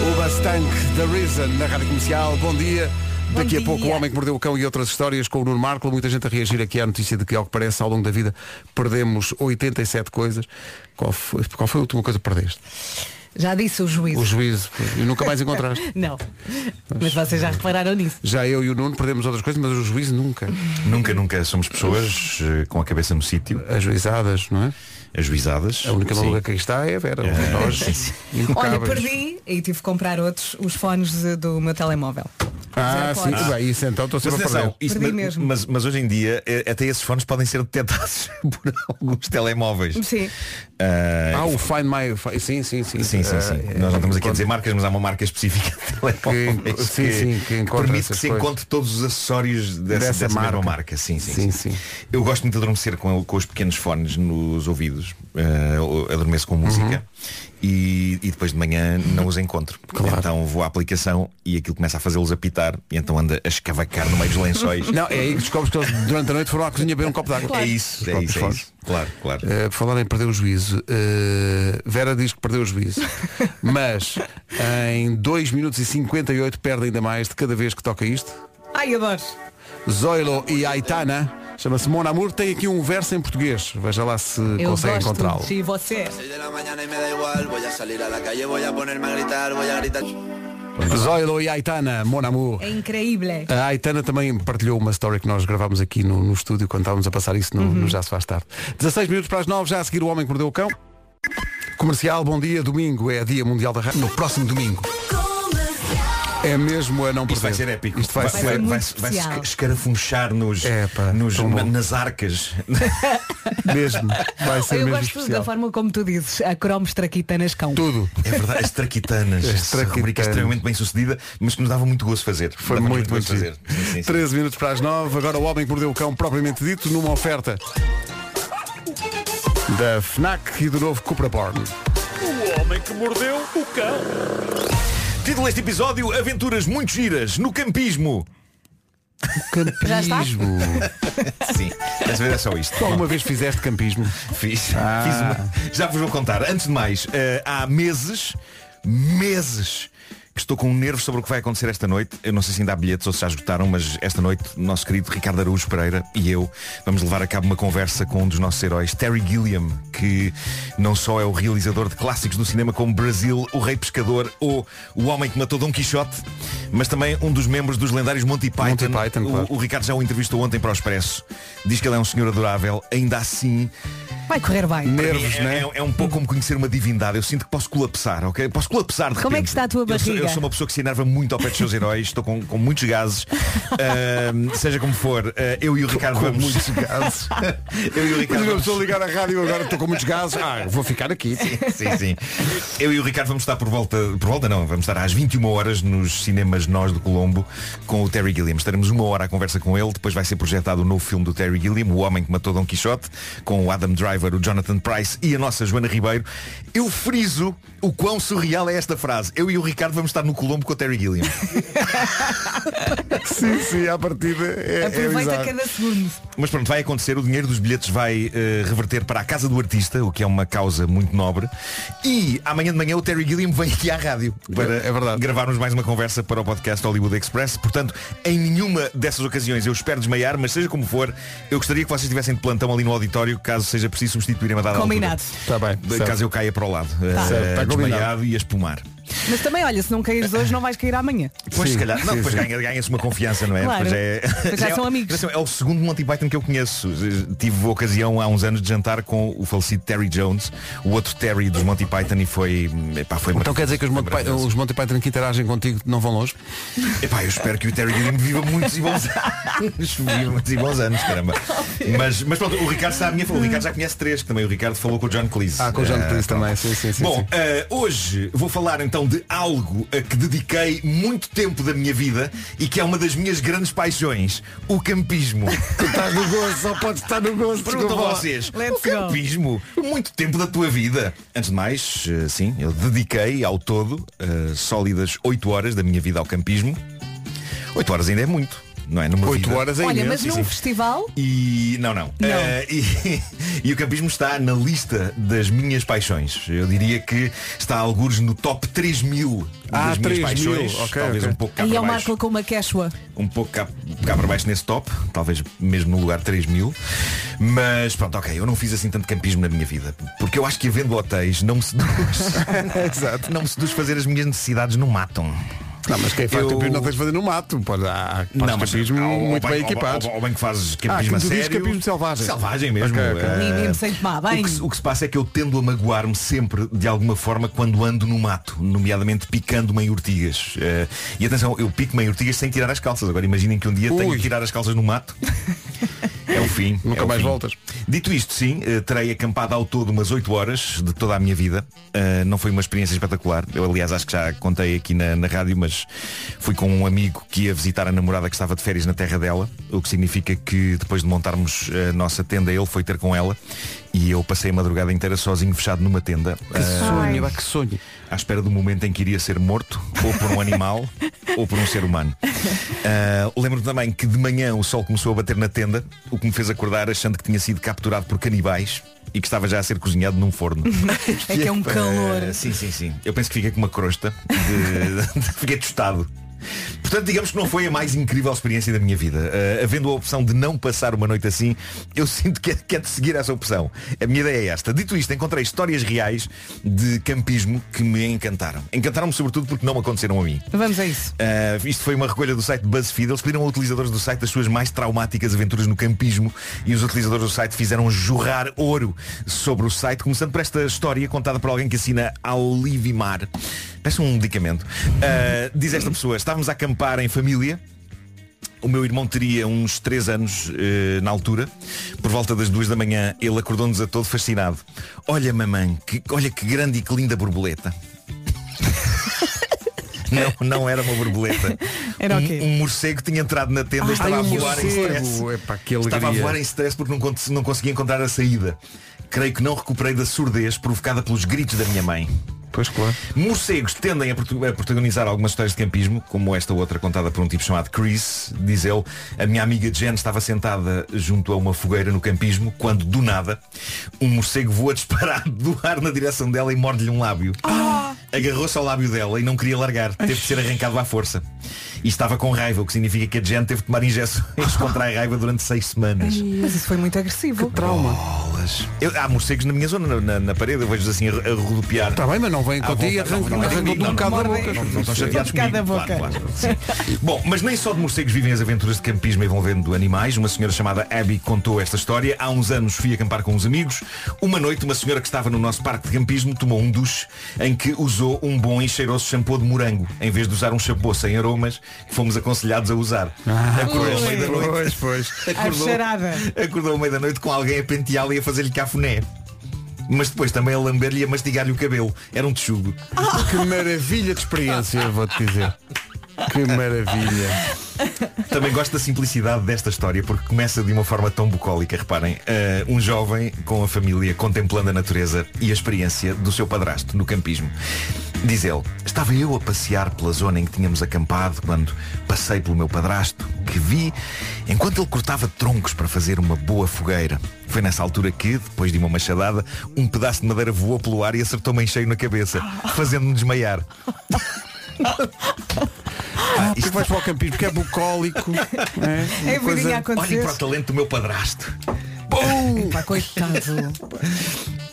[SPEAKER 2] O Bastank da Reason na Rádio Comercial. Bom dia. Daqui a pouco o Homem que Mordeu o Cão e outras histórias com o Nuno Marco. Muita gente a reagir aqui à notícia de que, ao que parece, ao longo da vida perdemos 87 coisas. Qual foi, qual foi a última coisa que perdeste?
[SPEAKER 3] Já disse o juízo.
[SPEAKER 2] O juízo. E nunca mais encontraste.
[SPEAKER 3] Não. Mas vocês já repararam nisso.
[SPEAKER 2] Já eu e o Nuno perdemos outras coisas, mas o juízo nunca.
[SPEAKER 10] Nunca, nunca somos pessoas eh, com a cabeça no sítio,
[SPEAKER 2] Ajuizadas, não é?
[SPEAKER 10] ajuizadas.
[SPEAKER 2] A única
[SPEAKER 10] Sim.
[SPEAKER 2] maluca que aqui está é a Vera. Nós,
[SPEAKER 3] Olha,
[SPEAKER 2] impecáveis.
[SPEAKER 3] perdi e tive que comprar outros, os fones eh, do meu telemóvel.
[SPEAKER 2] Ah,
[SPEAKER 3] Zero
[SPEAKER 2] sim,
[SPEAKER 3] pontos.
[SPEAKER 2] bem, isso então estou
[SPEAKER 10] Mas,
[SPEAKER 2] sempre a
[SPEAKER 10] atenção,
[SPEAKER 2] perder.
[SPEAKER 10] isso-
[SPEAKER 3] Perdi
[SPEAKER 10] mas-
[SPEAKER 3] mesmo.
[SPEAKER 10] Mas, mas hoje em dia eh, até esses fones podem ser detectados por alguns telemóveis.
[SPEAKER 3] Sim.
[SPEAKER 10] Ah,
[SPEAKER 2] Ah, o Find My. Fi- Sim, sim, sim. É,
[SPEAKER 10] Sim, sim, sim. Nós não estamos aqui a dizer marcas, mas há uma marca específica de telemóveis
[SPEAKER 2] Eh, Que- sim, sim, que encontra
[SPEAKER 10] permite que
[SPEAKER 2] essas
[SPEAKER 10] se
[SPEAKER 2] coisas.
[SPEAKER 10] encontre todos os acessórios dessa,
[SPEAKER 2] Dessa
[SPEAKER 10] dessa,
[SPEAKER 2] marca.
[SPEAKER 10] mesma marca. Sim, sim,
[SPEAKER 2] Sim,
[SPEAKER 10] sim,
[SPEAKER 2] sim.
[SPEAKER 10] Eu gosto muito de adormecer com, com os pequenos fones nos ouvidos. Ah, eu adormeço com música
[SPEAKER 2] Uhum.
[SPEAKER 10] e, e depois de manhã não os encontro. Então vou à aplicação e aquilo começa a fazê-los apitar e então anda a escavacar no meio dos lençóis.
[SPEAKER 2] Não, é aí que descobres que eles durante a noite foram à cozinha beber um copo de água.
[SPEAKER 10] É isso, é
[SPEAKER 2] próprios
[SPEAKER 10] isso, é
[SPEAKER 2] fones.
[SPEAKER 10] isso. Claro, claro.
[SPEAKER 2] Eh, por falar em perder o juízo, eh, Vera diz que perdeu o juízo, mas em 2 minutos e 58 perde ainda mais de cada vez que toca isto.
[SPEAKER 3] Ai, adoro.
[SPEAKER 2] Zoilo e Aitana, chama-se Mon Amour, tem aqui um verso em português, veja lá se
[SPEAKER 3] Eu
[SPEAKER 2] consegue encontrá-lo.
[SPEAKER 3] gosto de você.
[SPEAKER 2] Zoilo e Aitana, Mon Amour.
[SPEAKER 3] É incrível.
[SPEAKER 2] A Aitana também partilhou uma história que nós gravámos aqui no, no estúdio quando estávamos a passar isso no, no
[SPEAKER 3] Uhum.
[SPEAKER 2] Já Se Faz Tarde. 16 minutos para as 9, já a seguir o Homem que Mordeu o Cão. Comercial, bom dia. Domingo é Dia Mundial da Rádio. No próximo domingo. É mesmo a não perder.
[SPEAKER 10] Isto vai ser épico.
[SPEAKER 2] Isto vai,
[SPEAKER 10] vai,
[SPEAKER 2] ser.
[SPEAKER 10] vai,
[SPEAKER 3] muito
[SPEAKER 10] vai- vai se
[SPEAKER 3] especial.
[SPEAKER 10] escarafunchar nos,
[SPEAKER 2] Epá,
[SPEAKER 10] nos-
[SPEAKER 2] tão bom.
[SPEAKER 10] nas arcas.
[SPEAKER 2] Mesmo. Vai ser
[SPEAKER 3] Eu
[SPEAKER 2] mesmo
[SPEAKER 3] gosto
[SPEAKER 2] especial.
[SPEAKER 3] da forma como tu dizes, a cromos traquitanas cão.
[SPEAKER 2] Tudo.
[SPEAKER 10] É verdade, as traquitanas.
[SPEAKER 2] As
[SPEAKER 10] essa rubrica é
[SPEAKER 2] traquitanas.
[SPEAKER 10] extremamente bem sucedida, mas que nos dava muito gosto fazer.
[SPEAKER 2] Foi
[SPEAKER 10] Dava-nos
[SPEAKER 2] muito, muito
[SPEAKER 10] gosto
[SPEAKER 2] giro.
[SPEAKER 10] fazer. Sim, sim, sim.
[SPEAKER 2] 13 minutos para as 9. Agora o Homem que Mordeu o Cão, propriamente dito, numa oferta da FNAC e do novo Cupra Born.
[SPEAKER 10] Título deste episódio, Aventuras Muito Giras no Campismo.
[SPEAKER 3] Já está?
[SPEAKER 2] Campismo.
[SPEAKER 10] Sim, desta vez é só isto.
[SPEAKER 2] Tu alguma vez fizeste campismo?
[SPEAKER 10] Fiz,
[SPEAKER 2] Ah.
[SPEAKER 10] fiz uma- Já vos vou contar. Antes de mais, eh, há meses, meses, que estou com um nervo sobre o que vai acontecer esta noite. Eu não sei se ainda há bilhetes ou se já esgotaram, mas esta noite, o nosso querido Ricardo Araújo Pereira e eu vamos levar a cabo uma conversa com um dos nossos heróis, Terry Gilliam, que não só é o realizador de clássicos do cinema como Brasil, O Rei Pescador ou O Homem que Matou Dom Quixote, mas também um dos membros dos lendários Monty Python.
[SPEAKER 2] Monty Python,
[SPEAKER 10] o,
[SPEAKER 2] claro.
[SPEAKER 10] o Ricardo já o entrevistou ontem para o Expresso. Diz que ele é um senhor adorável, ainda assim
[SPEAKER 3] Vai correr bem.
[SPEAKER 10] para
[SPEAKER 2] Nervos,
[SPEAKER 10] mim, é,
[SPEAKER 2] né?
[SPEAKER 10] é- é um pouco como conhecer uma divindade. Eu sinto que posso colapsar, ok? Posso colapsar de
[SPEAKER 3] Como é
[SPEAKER 10] repente.
[SPEAKER 3] que está a tua
[SPEAKER 10] Eu sou, eu
[SPEAKER 3] barriga?
[SPEAKER 10] sou uma pessoa que se enerva muito ao pé dos seus heróis. Estou com, com muitos gases. Ahm, seja como for, ah, eu e o Ricardo vamos... muitos gases. eu e o
[SPEAKER 2] Mas
[SPEAKER 10] Ricardo
[SPEAKER 2] uma
[SPEAKER 10] vamos...
[SPEAKER 2] pessoa ligar à rádio agora estou com muitos gases. Ah, vou ficar aqui.
[SPEAKER 10] Sim, sim. Eu e o Ricardo vamos estar por volta, por volta não, vamos estar às 21 horas nos cinemas Nós do Colombo com o Terry Gilliam. Estaremos uma hora à conversa com ele, depois vai ser projetado o novo filme do Terry Gilliam, O Homem que Matou Dom Quixote, com o Adam Driver, o Jonathan Price e a nossa Joana Ribeiro. Eu friso o quão surreal é esta frase. Eu e o Ricardo vamos estar no Colombo com o Terry Gilliam.
[SPEAKER 2] Sim, sim, à partida é,
[SPEAKER 3] Aproveita
[SPEAKER 2] bizarro.
[SPEAKER 3] cada segundo.
[SPEAKER 10] Mas pronto, vai acontecer, o dinheiro dos bilhetes vai eh, reverter para a casa do artista, o que é uma causa muito nobre. E amanhã de manhã o Terry Gilliam vem aqui à rádio para
[SPEAKER 2] É verdade.
[SPEAKER 10] gravarmos mais uma conversa para o podcast Hollywood Express. Portanto, em nenhuma dessas ocasiões eu espero desmaiar, mas seja como for, eu gostaria que vocês estivessem de plantão ali no auditório, caso seja preciso substituir a dada altura.
[SPEAKER 3] Combinado.
[SPEAKER 2] Está Tá bem, certo.
[SPEAKER 10] Caso eu caia para o lado, eh,
[SPEAKER 2] Certo, está combinado.
[SPEAKER 10] desmaiado e a espumar.
[SPEAKER 3] Mas também, olha, se não caíres hoje, não vais cair amanhã.
[SPEAKER 10] Depois, se calhar, não, depois ganha- ganha-se uma confiança, não é?
[SPEAKER 3] Claro.
[SPEAKER 10] Depois é-
[SPEAKER 3] Depois já
[SPEAKER 10] é-
[SPEAKER 3] são amigos.
[SPEAKER 10] É o segundo Monty Python que eu conheço. Tive a ocasião há uns anos de jantar com o falecido Terry Jones, o outro Terry dos Monty Python, e foi. Epá, foi
[SPEAKER 2] Então quer dizer que os Monty, Python,
[SPEAKER 10] maravilhoso.
[SPEAKER 2] os Monty Python que interagem contigo não vão longe?
[SPEAKER 10] Epá, eu espero que o Terry Gilliam viva muitos e bons anos. Viva muitos e bons anos, caramba. Mas, mas pronto, o Ricardo está à minha O Ricardo já conhece três, que também o Ricardo falou com o John Cleese.
[SPEAKER 2] Ah, com o John
[SPEAKER 10] Eh,
[SPEAKER 2] Cleese
[SPEAKER 10] pronto.
[SPEAKER 2] também, sim, sim, sim,
[SPEAKER 10] Bom,
[SPEAKER 2] sim.
[SPEAKER 10] eh, hoje vou falar então de algo a que dediquei muito tempo da minha vida e que é uma das minhas grandes paixões, o campismo.
[SPEAKER 2] Tu estás no gozo, só podes estar no gozo.
[SPEAKER 10] Pergunto a vocês, o
[SPEAKER 3] Let's go.
[SPEAKER 10] campismo, muito tempo da tua vida. Antes de mais, eh, sim, eu dediquei ao todo eh, sólidas 8 horas da minha vida ao campismo. 8 horas ainda é muito, não é? Numa
[SPEAKER 2] 8
[SPEAKER 10] vida-
[SPEAKER 2] horas é
[SPEAKER 3] Olha,
[SPEAKER 2] imenso.
[SPEAKER 3] mas num festival,
[SPEAKER 10] e não, não. Eh, e, e o campismo está na lista das minhas paixões. Eu diria que está alguns no top 3 mil
[SPEAKER 2] Ah,
[SPEAKER 10] das
[SPEAKER 2] 3.000,
[SPEAKER 10] minhas paixões.
[SPEAKER 2] ok,
[SPEAKER 10] talvez
[SPEAKER 2] ok.
[SPEAKER 10] um pouco cá
[SPEAKER 3] aí é
[SPEAKER 10] para
[SPEAKER 3] o
[SPEAKER 10] baixo.
[SPEAKER 3] Marco com uma quechua.
[SPEAKER 10] Um pouco cá, cá para baixo nesse top. Talvez mesmo no lugar 3 mil. Mas pronto, ok. Eu não fiz assim tanto campismo na minha vida. Porque eu acho que havendo hotéis não me seduz. Exato. Não me seduz fazer as minhas necessidades no matam.
[SPEAKER 2] Não, mas quem faz
[SPEAKER 10] Eu-
[SPEAKER 2] campismo não tens de fazer no mato. Pode, há há- faz campismo
[SPEAKER 10] há- há-
[SPEAKER 2] muito
[SPEAKER 10] há-
[SPEAKER 2] bem
[SPEAKER 10] há-
[SPEAKER 2] equipados.
[SPEAKER 10] há- há- Há bem que fazes campismo a
[SPEAKER 2] tu dizes
[SPEAKER 10] sério.
[SPEAKER 2] campismo selvagem.
[SPEAKER 10] Selvagem mesmo.
[SPEAKER 2] Ok, ok.
[SPEAKER 10] eh,
[SPEAKER 3] Menino sem tomar banho.
[SPEAKER 10] o, que, se- o que se passa é que eu tendo a magoar-me sempre de alguma forma quando ando no mato, nomeadamente picando-me em urtigas. Eh, e atenção, eu pico-me em urtigas sem tirar as calças. Agora imaginem que um dia tenho
[SPEAKER 2] Ui.
[SPEAKER 10] que tirar as calças no mato. É o fim.
[SPEAKER 2] Nunca
[SPEAKER 10] é o
[SPEAKER 2] mais
[SPEAKER 10] fim.
[SPEAKER 2] voltas.
[SPEAKER 10] Dito isto, sim, eh, terei acampado ao todo umas 8 horas de toda a minha vida. Eh, não foi uma experiência espetacular. Eu, aliás, acho que já contei aqui na, na rádio, mas fui com um amigo que ia visitar a namorada que estava de férias na terra dela, o que significa que depois de montarmos a nossa tenda, ele foi ter com ela e eu passei a madrugada inteira sozinho, fechado numa tenda, Eh,
[SPEAKER 2] Que sonho, pá, que sonho.
[SPEAKER 10] à espera do momento em que iria ser morto, ou por um animal, ou por um ser humano. Ah, Lembro-me também que de manhã o sol começou a bater na tenda, o que me fez acordar achando que tinha sido capturado por canibais e que estava já a ser cozinhado num forno.
[SPEAKER 3] É que é um calor.
[SPEAKER 10] Ah, sim, sim, sim. Eu penso que fiquei com uma crosta. de- de- fiquei tostado. Portanto, digamos que não foi a mais incrível experiência da minha vida. Ah, havendo a opção de não passar uma noite assim, eu sinto que é, que é de seguir essa opção. A minha ideia é esta. Dito isto, encontrei histórias reais de campismo que me encantaram. Encantaram-me sobretudo porque não aconteceram a mim.
[SPEAKER 3] Vamos a isso.
[SPEAKER 10] Uh, isto foi uma recolha do site BuzzFeed. Eles pediram a utilizadores do site das suas mais traumáticas aventuras no campismo e os utilizadores do site fizeram jorrar ouro sobre o site, começando por esta história contada por alguém que assina Olivimar. Parece um medicamento. Uh, diz esta pessoa, estávamos a acampar em família o meu irmão teria uns 3 anos eh, na altura. Por volta das duas da manhã, ele acordou-nos a todo fascinado. Olha, mamãe, que, olha que grande e que linda borboleta. não, não era uma borboleta.
[SPEAKER 3] Era o
[SPEAKER 10] um,
[SPEAKER 3] quê?
[SPEAKER 10] um morcego tinha entrado na tenda e estava
[SPEAKER 2] ai,
[SPEAKER 10] a
[SPEAKER 2] um
[SPEAKER 10] voar em
[SPEAKER 2] morcego.
[SPEAKER 10] stress.
[SPEAKER 2] Epá, que
[SPEAKER 10] estava a
[SPEAKER 2] alegria.
[SPEAKER 10] voar em stress porque não, con- não conseguia encontrar a saída. Creio que não recuperei da surdez provocada pelos gritos da minha mãe.
[SPEAKER 2] Pois claro.
[SPEAKER 10] Morcegos tendem a, protu- a protagonizar algumas histórias de campismo, como esta outra contada por um tipo chamado Chris. Diz ele, a minha amiga Jen estava sentada junto a uma fogueira no campismo, quando do nada um morcego voa disparado do ar na direção dela e morde-lhe um lábio. Agarrou-se ao lábio dela e não queria largar. Teve de ser arrancado à força. E estava com raiva, o que significa que a Jen teve de tomar injeções contra a raiva durante seis semanas.
[SPEAKER 3] Mas isso foi muito agressivo. trauma.
[SPEAKER 10] Eu- há morcegos na minha zona, na, na- na parede, eu vejo-os assim a, a rodopiar.
[SPEAKER 2] Está bem, mas não vem
[SPEAKER 10] Ah,
[SPEAKER 2] contigo e
[SPEAKER 10] bom, não,
[SPEAKER 2] arranca-
[SPEAKER 10] não, não,
[SPEAKER 2] arrancou-te um
[SPEAKER 10] não,
[SPEAKER 2] bocado da
[SPEAKER 10] não,
[SPEAKER 2] boca.
[SPEAKER 10] não, não, não estão chateados
[SPEAKER 3] Bocado da
[SPEAKER 10] comigo,
[SPEAKER 3] boca.
[SPEAKER 10] claro, claro, sim. Bom, mas nem só de morcegos vivem as aventuras de campismo envolvendo animais. Uma senhora chamada Abby contou esta história. Há uns anos fui acampar com uns amigos. Uma noite, uma senhora que estava no nosso parque de campismo tomou um duche em que usou um bom e cheiroso shampoo de morango, em vez de usar um shampoo sem aromas que fomos aconselhados a usar. Acordou ao meio da noite.
[SPEAKER 2] Pois, pois.
[SPEAKER 10] Acordou,
[SPEAKER 3] cheirada.
[SPEAKER 10] acordou ao meio da noite com alguém a penteá-lo e a fazer-lhe cafuné. Mas depois também a lamber-lhe e a mastigar-lhe o cabelo. Era um texugo.
[SPEAKER 2] Que maravilha de experiência, eu vou-te dizer. Que maravilha.
[SPEAKER 10] Também gosto da simplicidade desta história porque começa de uma forma tão bucólica, reparem. Eh, um jovem com a família contemplando a natureza e a experiência do seu padrasto no campismo. Diz ele, estava eu a passear pela zona em que tínhamos acampado quando passei pelo meu padrasto, que vi enquanto ele cortava troncos para fazer uma boa fogueira. Foi nessa altura que, depois de uma machadada, um pedaço de madeira voou pelo ar e acertou-me em cheio na cabeça, fazendo-me desmaiar. Ah,
[SPEAKER 2] Isto vais para o campismo porque é bucólico. É,
[SPEAKER 3] É
[SPEAKER 2] uma coisa-
[SPEAKER 3] vidinha a
[SPEAKER 10] Olhem
[SPEAKER 3] acontecer.
[SPEAKER 10] para o talento do meu padrasto.
[SPEAKER 3] Pá, coitado.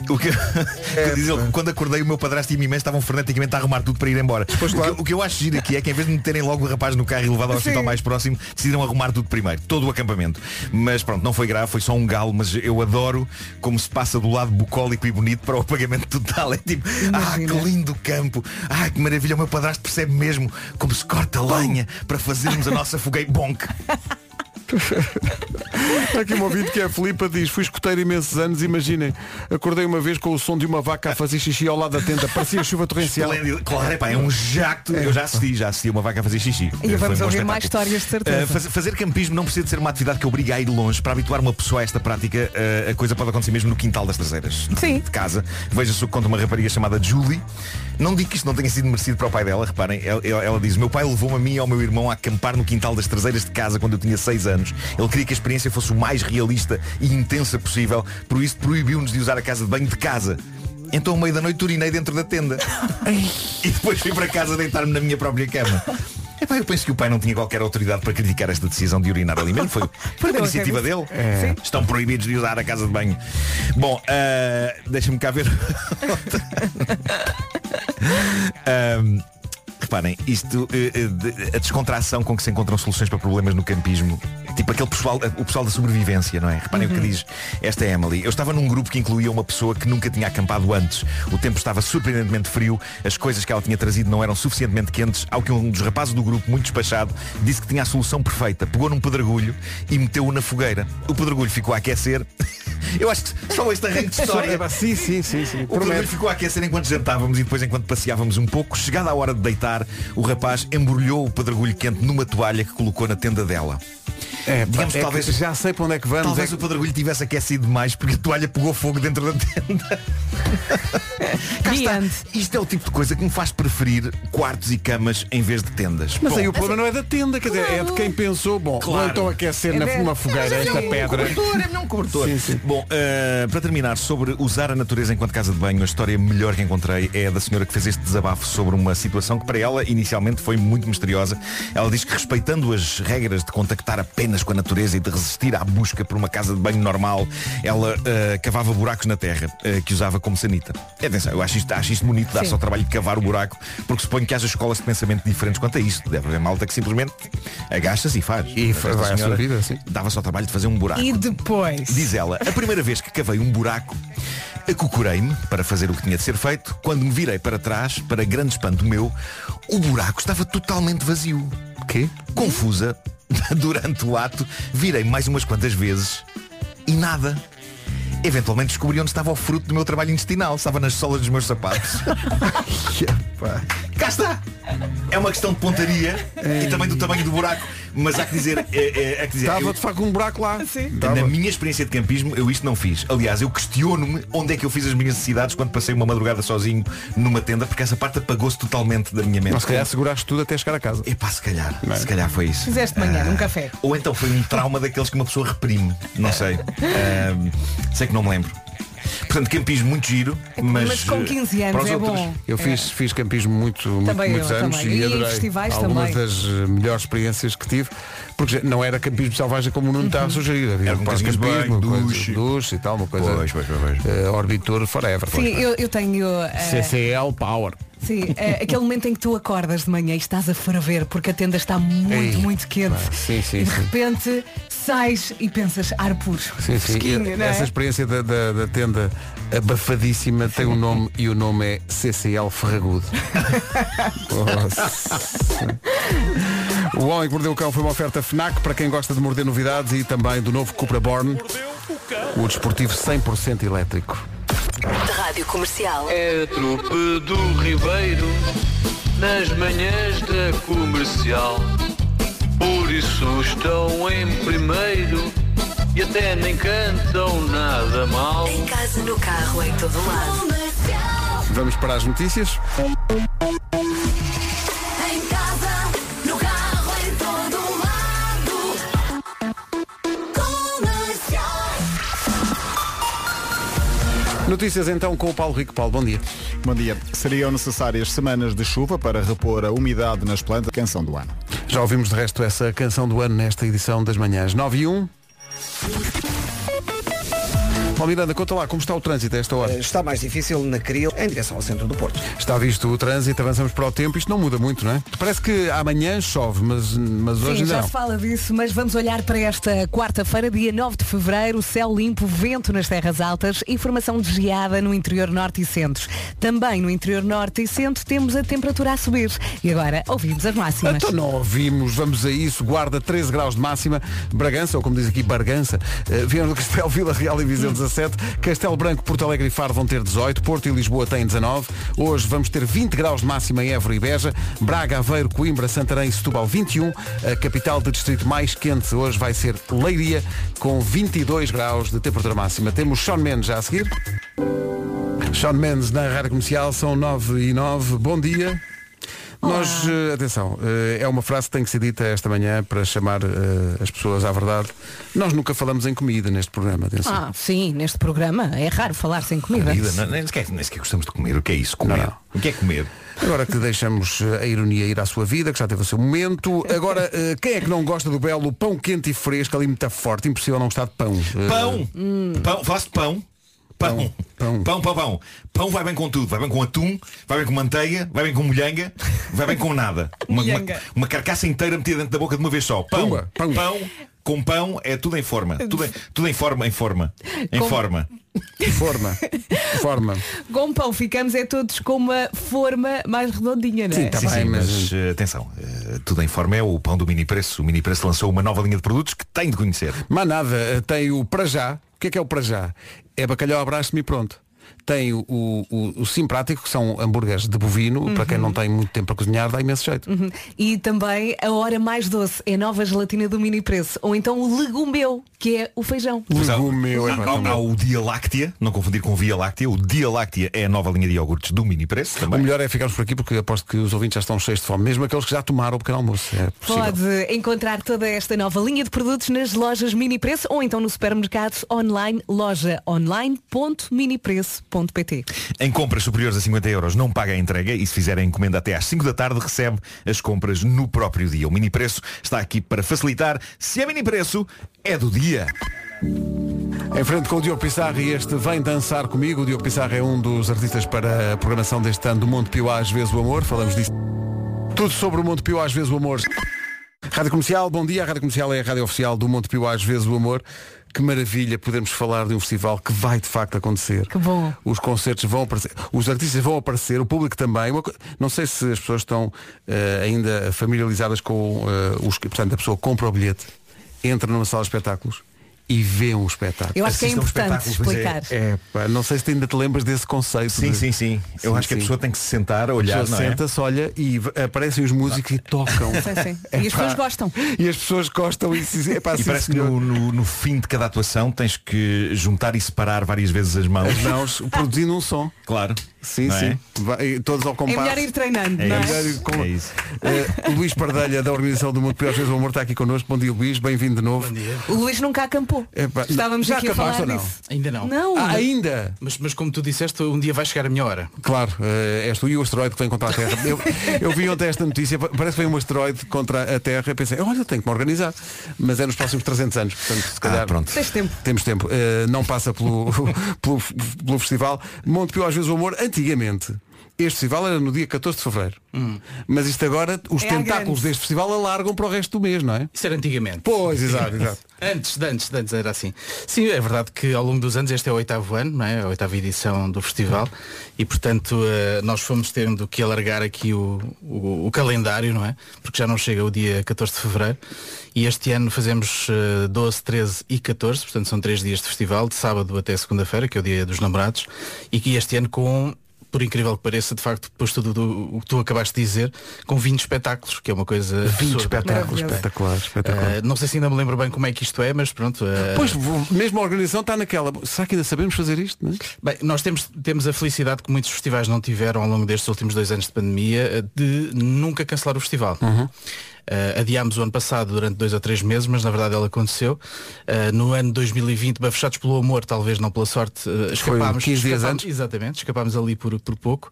[SPEAKER 10] O que, o que diz ele, quando acordei o meu padrasto e a minha mãe estavam freneticamente a arrumar tudo para ir embora. O que-
[SPEAKER 2] claro.
[SPEAKER 10] o, que, eu acho giro aqui é que em vez de meterem logo o rapaz no carro e levado ao hospital mais próximo, decidiram arrumar tudo primeiro, todo o acampamento. Mas pronto, não foi grave, foi só um galo, mas eu adoro como se passa do lado bucólico e bonito para o apagamento total. É tipo, ah, que lindo campo, ah, que maravilha, o meu padrasto percebe mesmo como se corta lenha para fazermos a nossa fogueira bonk.
[SPEAKER 2] Está aqui um ouvinte que é a Filipa, diz, fui escoteiro imensos anos, imaginem, acordei uma vez com o som de uma vaca a fazer xixi ao lado da tenda, parecia chuva torrencial.
[SPEAKER 10] Esplêndido. Claro, epá, é um jacto. Eu já assisti, já assisti a uma vaca a fazer xixi.
[SPEAKER 3] E
[SPEAKER 10] Foi
[SPEAKER 3] vamos
[SPEAKER 10] um bom
[SPEAKER 3] ouvir mais
[SPEAKER 10] espetáculo.
[SPEAKER 3] histórias, de certeza.
[SPEAKER 10] Uh, faz- fazer campismo não precisa de ser uma atividade que obriga a ir longe. Para habituar uma pessoa a esta prática, uh, a coisa pode acontecer mesmo no quintal das traseiras de-
[SPEAKER 3] Sim.
[SPEAKER 10] de casa. Veja-se o que conta uma rapariga chamada Julie. Não digo que isto não tenha sido merecido para o pai dela, reparem, ela, ela- ela diz, meu pai levou-me a mim e ao meu irmão a acampar no quintal das traseiras de casa quando eu tinha 6 anos. Ele queria que a experiência fosse o mais realista e intensa possível, por isso proibiu-nos de usar a casa de banho de casa. Então, ao meio da noite, urinei dentro da tenda. e depois fui para casa deitar-me na minha própria cama. Epá, eu penso que o pai não tinha qualquer autoridade para criticar esta decisão de urinar ali mesmo. Foi, foi uma
[SPEAKER 3] Perdeu a
[SPEAKER 10] iniciativa dele. Estão proibidos de usar a casa de banho. Bom, ah, deixa-me cá ver. Ahm, reparem, isto, eh, eh, de- a descontração com que se encontram soluções para problemas no campismo, tipo aquele pessoal, o pessoal da sobrevivência, não é? Reparem o que diz esta Emily. Eu estava num grupo que incluía uma pessoa que nunca tinha acampado antes. O tempo estava surpreendentemente frio, as coisas que ela tinha trazido não eram suficientemente quentes, ao que um dos rapazes do grupo, muito despachado, disse que tinha a solução perfeita. Pegou num pedregulho e meteu-o na fogueira. O pedregulho ficou a aquecer. Eu acho que só este arranque de história
[SPEAKER 2] Sim, sim, sim, sim.
[SPEAKER 10] o primeiro
[SPEAKER 2] Prometo.
[SPEAKER 10] ficou a aquecer enquanto jantávamos e depois enquanto passeávamos um pouco. Chegada a hora de deitar, o rapaz embrulhou o pedregulho quente numa toalha que colocou na tenda dela.
[SPEAKER 2] É, pá,
[SPEAKER 10] Digamos,
[SPEAKER 2] é que
[SPEAKER 10] talvez-
[SPEAKER 2] já sei para onde é que vamos.
[SPEAKER 10] Talvez
[SPEAKER 2] é
[SPEAKER 10] o pedregulho tivesse aquecido mais porque a toalha pegou fogo dentro da tenda. Cá está.
[SPEAKER 3] Diante.
[SPEAKER 10] Isto é o tipo de coisa que me faz preferir quartos e camas em vez de tendas.
[SPEAKER 2] Mas
[SPEAKER 10] Bom,
[SPEAKER 2] aí o problema não é da tenda, quer dizer, é de quem pensou, bom,
[SPEAKER 10] Claro.
[SPEAKER 2] vou então aquecer na
[SPEAKER 3] É de-
[SPEAKER 2] numa fogueira esta pedra.
[SPEAKER 10] um cobertor.
[SPEAKER 2] Sim, sim.
[SPEAKER 10] Bom, eh, para terminar, sobre usar a natureza enquanto casa de banho, a história melhor que encontrei é a da senhora que fez este desabafo sobre uma situação que para ela inicialmente foi muito misteriosa. Ela diz que respeitando as regras de contactar apenas com a natureza e de resistir à busca por uma casa de banho normal, ela eh, cavava buracos na terra eh, que usava como sanita. E atenção, eu acho isto, acho isto bonito, dar só o trabalho de cavar o buraco, porque suponho que haja escolas de pensamento diferentes quanto a isto. Deve haver malta que simplesmente agacha-se e faz.
[SPEAKER 2] E
[SPEAKER 10] Esta
[SPEAKER 2] vai à sua
[SPEAKER 10] senhora
[SPEAKER 2] vida, sim.
[SPEAKER 10] Dava só o trabalho de fazer um buraco.
[SPEAKER 3] E depois?
[SPEAKER 10] Diz ela, a primeira vez que cavei um buraco, acocorei-me para fazer o que tinha de ser feito. Quando me virei para trás, para grande espanto meu, o buraco estava totalmente vazio. Quê? Confusa, durante o ato, virei mais umas quantas vezes e nada. Eventualmente descobri onde estava o fruto do meu trabalho intestinal. Estava nas solas dos meus sapatos. Epá. Cá está! É uma questão de pontaria e também do tamanho do buraco. Mas há que dizer, é, é, há que dizer eu-
[SPEAKER 2] Estava de facto um buraco lá. Estava.
[SPEAKER 10] na minha experiência de campismo, eu isto não fiz. Aliás, eu questiono-me onde é que eu fiz as minhas necessidades quando passei uma madrugada sozinho numa tenda, porque essa parte apagou-se totalmente da minha mente.
[SPEAKER 2] Mas se calhar é? seguraste tudo até chegar a casa.
[SPEAKER 10] Epá, se calhar, se calhar foi isso.
[SPEAKER 3] Fizeste de manhã, num café.
[SPEAKER 10] Ou então foi um trauma daqueles que uma pessoa reprime.
[SPEAKER 2] É.
[SPEAKER 10] Não sei. Ahm, sei que não me lembro. Portanto, campismo muito giro, mas.
[SPEAKER 3] É
[SPEAKER 10] eh,
[SPEAKER 3] Mas com 15
[SPEAKER 10] para
[SPEAKER 3] anos
[SPEAKER 10] os
[SPEAKER 3] é
[SPEAKER 10] outros-
[SPEAKER 3] bom.
[SPEAKER 2] Eu fiz, fiz campismo muito, muito
[SPEAKER 3] Também
[SPEAKER 2] muitos
[SPEAKER 3] eu,
[SPEAKER 2] anos
[SPEAKER 3] também.
[SPEAKER 2] e
[SPEAKER 3] E
[SPEAKER 2] adorei
[SPEAKER 3] festivais
[SPEAKER 2] algumas
[SPEAKER 3] também.
[SPEAKER 2] das eh, melhores experiências que tive, porque já não era campismo selvagem como o Nuno
[SPEAKER 3] Uhum.
[SPEAKER 2] estava a sugerir. Havia
[SPEAKER 10] Era
[SPEAKER 2] um
[SPEAKER 10] com
[SPEAKER 2] par de
[SPEAKER 10] casinhas de
[SPEAKER 2] campismo,
[SPEAKER 10] banho,
[SPEAKER 2] coisa-
[SPEAKER 10] duche.
[SPEAKER 2] duche e tal, uma coisa.
[SPEAKER 10] Pois, pois, pois, pois.
[SPEAKER 2] eh, orbitor forever.
[SPEAKER 3] Sim, eu, eu tenho. eh,
[SPEAKER 2] CCL Power.
[SPEAKER 3] sim, eh, aquele momento em que tu acordas de manhã e estás a ferver porque a tenda está muito,
[SPEAKER 2] Ei,
[SPEAKER 3] muito quente.
[SPEAKER 2] pá, sim, sim,
[SPEAKER 3] e de
[SPEAKER 2] sim.
[SPEAKER 3] repente sais e pensas ar puro.
[SPEAKER 2] Sim, sim.
[SPEAKER 3] Fresquinho,
[SPEAKER 2] E
[SPEAKER 3] não é?
[SPEAKER 2] Essa experiência da, da- da tenda abafadíssima tem um nome e o nome é CCL Ferragudo. Nossa. o Homem que Mordeu o Cão foi uma oferta FNAC para quem gosta de morder novidades e também do novo Cupra Born, o desportivo 100% elétrico.
[SPEAKER 1] Rádio Comercial.
[SPEAKER 5] É a trupe do Ribeiro nas manhãs da comercial. Por isso estão em primeiro e até nem cantam nada mal.
[SPEAKER 1] Em casa, no carro, em todo lado.
[SPEAKER 2] Vamos para as notícias.
[SPEAKER 1] Em casa, no carro, em todo lado. Comercial.
[SPEAKER 2] Notícias então com o Paulo Rico. Paulo, bom dia.
[SPEAKER 11] Bom dia. Seriam necessárias semanas de chuva para repor a umidade nas plantas. Canção do ano.
[SPEAKER 2] Já ouvimos de resto essa um. canção do ano nesta edição das manhãs 9 e 1. Oh, Miranda, conta lá, como está o trânsito a esta hora?
[SPEAKER 4] Eh, Está mais difícil na Cril, em direção ao centro do Porto.
[SPEAKER 2] Está visto o trânsito, avançamos para o tempo, isto não muda muito, não é? Parece que amanhã chove, mas, mas hoje
[SPEAKER 3] Sim,
[SPEAKER 2] ainda
[SPEAKER 3] já
[SPEAKER 2] não.
[SPEAKER 3] se fala disso, mas vamos olhar para esta quarta-feira, dia 9 de fevereiro, céu limpo, vento nas terras altas e formação de geada no interior norte e centro. Também no interior norte e centro temos a temperatura a subir. E agora ouvimos as máximas.
[SPEAKER 2] Então não ouvimos, vamos a isso. Guarda 13 graus de máxima. Bragança, ou como diz aqui, Bargança. Uh, Viana do Castelo, Vila Real e Viseu 17. Castelo Branco, Porto Alegre e Faro vão ter 18. Porto e Lisboa têm 19. Hoje vamos ter 20 graus de máxima em Évora e Beja. Braga, Aveiro, Coimbra, Santarém e Setúbal 21. A capital de distrito mais quente hoje vai ser Leiria, com 22 graus de temperatura máxima. Temos Sean Mendes já a seguir. Sean Mendes na Rádio Comercial, são 9 e 9. Bom dia. Nós, eh, atenção, eh, é uma frase que tem que ser dita esta manhã para chamar eh, as pessoas à verdade. Nós nunca falamos em comida neste programa, atenção.
[SPEAKER 3] Ah, sim, neste programa é raro falar sem comida.
[SPEAKER 10] Comida, não- nem sequer, nem sequer gostamos de comer. O que é isso? Comer. O que é comer?
[SPEAKER 2] Agora que deixamos eh, a ironia ir à sua vida, que já teve o seu momento. Agora, eh, quem é que não gosta do belo pão quente e fresco, ali muito forte, impossível não gostar de pão. Eh,
[SPEAKER 10] Pão. Pão. Falaste de pão. Hum. Pão. Pão. pão, pão, pão. Pão vai bem com tudo. Vai bem com atum, vai bem com manteiga, vai bem com molhanga, vai bem com nada. Uma, uma,
[SPEAKER 9] Molhanga.
[SPEAKER 10] uma carcaça inteira metida dentro da boca de uma vez só. Pão. Pão. com pão é tudo em forma. Tudo em, tudo em forma, em forma. Em
[SPEAKER 3] Com-
[SPEAKER 10] forma.
[SPEAKER 2] Forma. Forma.
[SPEAKER 3] Com pão ficamos é todos com uma forma mais redondinha, não é?
[SPEAKER 2] tá.
[SPEAKER 10] sim, sim, mas eh, atenção, eh, tudo em forma é o pão do mini preço. O mini preço lançou uma nova linha de produtos que tem de conhecer.
[SPEAKER 2] Mas nada, eh, tem o para já. O que é que é o para já? É bacalhau abraço-me e pronto. Tem o, o, o simpático, que são hambúrgueres de bovino, para quem não tem muito tempo para cozinhar, dá imenso jeito.
[SPEAKER 3] Uhum. E também a hora mais doce é a nova gelatina do mini preço. Ou então o legumeu, que é o feijão.
[SPEAKER 10] Pois há-
[SPEAKER 2] Legumeu, é
[SPEAKER 10] há,
[SPEAKER 2] verdade.
[SPEAKER 10] há, há o Dia Láctea, não confundir com Via Láctea. O Dia Láctea é a nova linha de iogurtes do mini preço
[SPEAKER 2] O
[SPEAKER 10] também.
[SPEAKER 2] melhor é ficarmos por aqui porque aposto que os ouvintes já estão cheios de fome, mesmo aqueles que já tomaram o pequeno almoço. É possível.
[SPEAKER 3] Pode encontrar toda esta nova linha de produtos nas lojas Mini Preço ou então no supermercado online loja online.minipreço.pt.
[SPEAKER 10] Em compras superiores a 50 euros não paga a entrega e se fizer a encomenda até às 5 da tarde recebe as compras no próprio dia. O mini preço está aqui para facilitar. Se é mini preço, é do dia.
[SPEAKER 2] Em frente com o Diogo Pissarro e este Vem Dançar Comigo. O Diogo Pissarro é um dos artistas para a programação deste ano do Monte Pio Às Vezes o Amor. Falamos disso. Tudo sobre o Monte Pio Às Vezes o Amor. Rádio Comercial, bom dia. A Rádio Comercial é a rádio oficial do Monte Pio Às Vezes o Amor. Que maravilha podermos falar de um festival que vai de facto acontecer. Que
[SPEAKER 3] bom.
[SPEAKER 2] Os concertos vão aparecer, os artistas vão aparecer, o público também. Uma co- Não sei se as pessoas estão eh, ainda familiarizadas com eh, os que, portanto, a pessoa compra o bilhete, entra numa sala de espetáculos e vê um espetáculo.
[SPEAKER 3] Eu acho que é
[SPEAKER 2] Assistam
[SPEAKER 3] importante
[SPEAKER 2] espetáculos, mas é-
[SPEAKER 3] explicar.
[SPEAKER 2] é, pá, não sei se ainda te lembras desse conceito.
[SPEAKER 10] Sim, sim, sim. Eu acho que a pessoa tem que se sentar, olhar, não é?
[SPEAKER 2] senta-se, olha e v- aparecem os músicos e tocam.
[SPEAKER 10] Sim, sim.
[SPEAKER 2] É
[SPEAKER 10] E as
[SPEAKER 2] pá.
[SPEAKER 10] pessoas
[SPEAKER 3] gostam.
[SPEAKER 2] E as pessoas gostam e se é pá,
[SPEAKER 10] e
[SPEAKER 2] sim,
[SPEAKER 10] parece que
[SPEAKER 2] senhor.
[SPEAKER 10] no, no- no fim de cada atuação tens que juntar e separar várias vezes as mãos.
[SPEAKER 2] As mãos produzindo um som.
[SPEAKER 10] Claro.
[SPEAKER 2] É Sim,
[SPEAKER 10] Não é?
[SPEAKER 2] sim. Vai- todos ao compasso.
[SPEAKER 3] melhor ir treinando,
[SPEAKER 2] É
[SPEAKER 3] não é?
[SPEAKER 2] melhor ir com- Eh, Luís Pardelha, da Organização do Mundo Pior Vezes o Amor, está aqui connosco. Bom dia, Luís. Bem-vindo de novo. Bom dia.
[SPEAKER 3] O Luís nunca acampou. Estávamos
[SPEAKER 12] Já
[SPEAKER 3] aqui a falar
[SPEAKER 12] acabaste ou não?
[SPEAKER 3] disso.
[SPEAKER 12] Ainda não.
[SPEAKER 3] Não.
[SPEAKER 12] Ah,
[SPEAKER 2] ainda?
[SPEAKER 12] Mas, mas como tu disseste, um dia vai chegar a minha hora.
[SPEAKER 2] Claro, eh, és tu e o asteroide que vem contra a Terra. Eu, eu vi ontem esta notícia, pa- parece que vem um asteroide contra a Terra. Eu pensei, olha, tenho que me organizar. Mas é nos próximos 300 anos, portanto, se calhar. Ah, pronto.
[SPEAKER 3] Tens tempo.
[SPEAKER 2] Temos tempo. Eh, não passa pelo, pelo, pelo festival. Monte Pio, às vezes o amor, antigamente. Este festival era no dia 14 de Fevereiro.
[SPEAKER 12] Hum.
[SPEAKER 2] Mas isto agora, os
[SPEAKER 12] É à
[SPEAKER 2] tentáculos
[SPEAKER 12] grande.
[SPEAKER 2] deste festival alargam para o resto do mês, não é?
[SPEAKER 12] Isso era antigamente.
[SPEAKER 2] Pois, exato, exato.
[SPEAKER 12] Antes, de antes, de antes era assim. Sim, é verdade que ao longo dos anos este é o oitavo ano, não é? A oitava edição do festival e portanto eh, nós fomos tendo que alargar aqui o, o- o calendário, não é? Porque já não chega o dia 14 de Fevereiro e este ano fazemos eh, 12, 13 e 14, portanto são três dias de festival, de sábado até segunda-feira, que é o dia dos namorados, e que este ano com por incrível que pareça, de facto, depois tudo do- o que tu acabaste de dizer, com 20 espetáculos, que é uma coisa
[SPEAKER 2] 20
[SPEAKER 12] absurda.
[SPEAKER 2] espetáculos, espetacular, espetacular.
[SPEAKER 12] Eh, não sei se ainda me lembro bem como é que isto é, mas pronto. eh,
[SPEAKER 2] Pois, vo- mesmo a organização está naquela. Será que ainda sabemos fazer isto? não é?
[SPEAKER 12] Bem, nós temos, temos a felicidade que muitos
[SPEAKER 2] Uhum.
[SPEAKER 12] festivais não tiveram ao longo destes últimos dois anos de pandemia eh, de nunca cancelar o festival. Eh, adiámos o ano passado durante dois ou três meses, mas na verdade ele aconteceu. Eh, no ano 2020, bafechados pelo amor, talvez não pela sorte, eh, escapámos.
[SPEAKER 2] 15 dias
[SPEAKER 12] escapámos-
[SPEAKER 2] antes?
[SPEAKER 12] Exatamente, escapámos ali por, por pouco.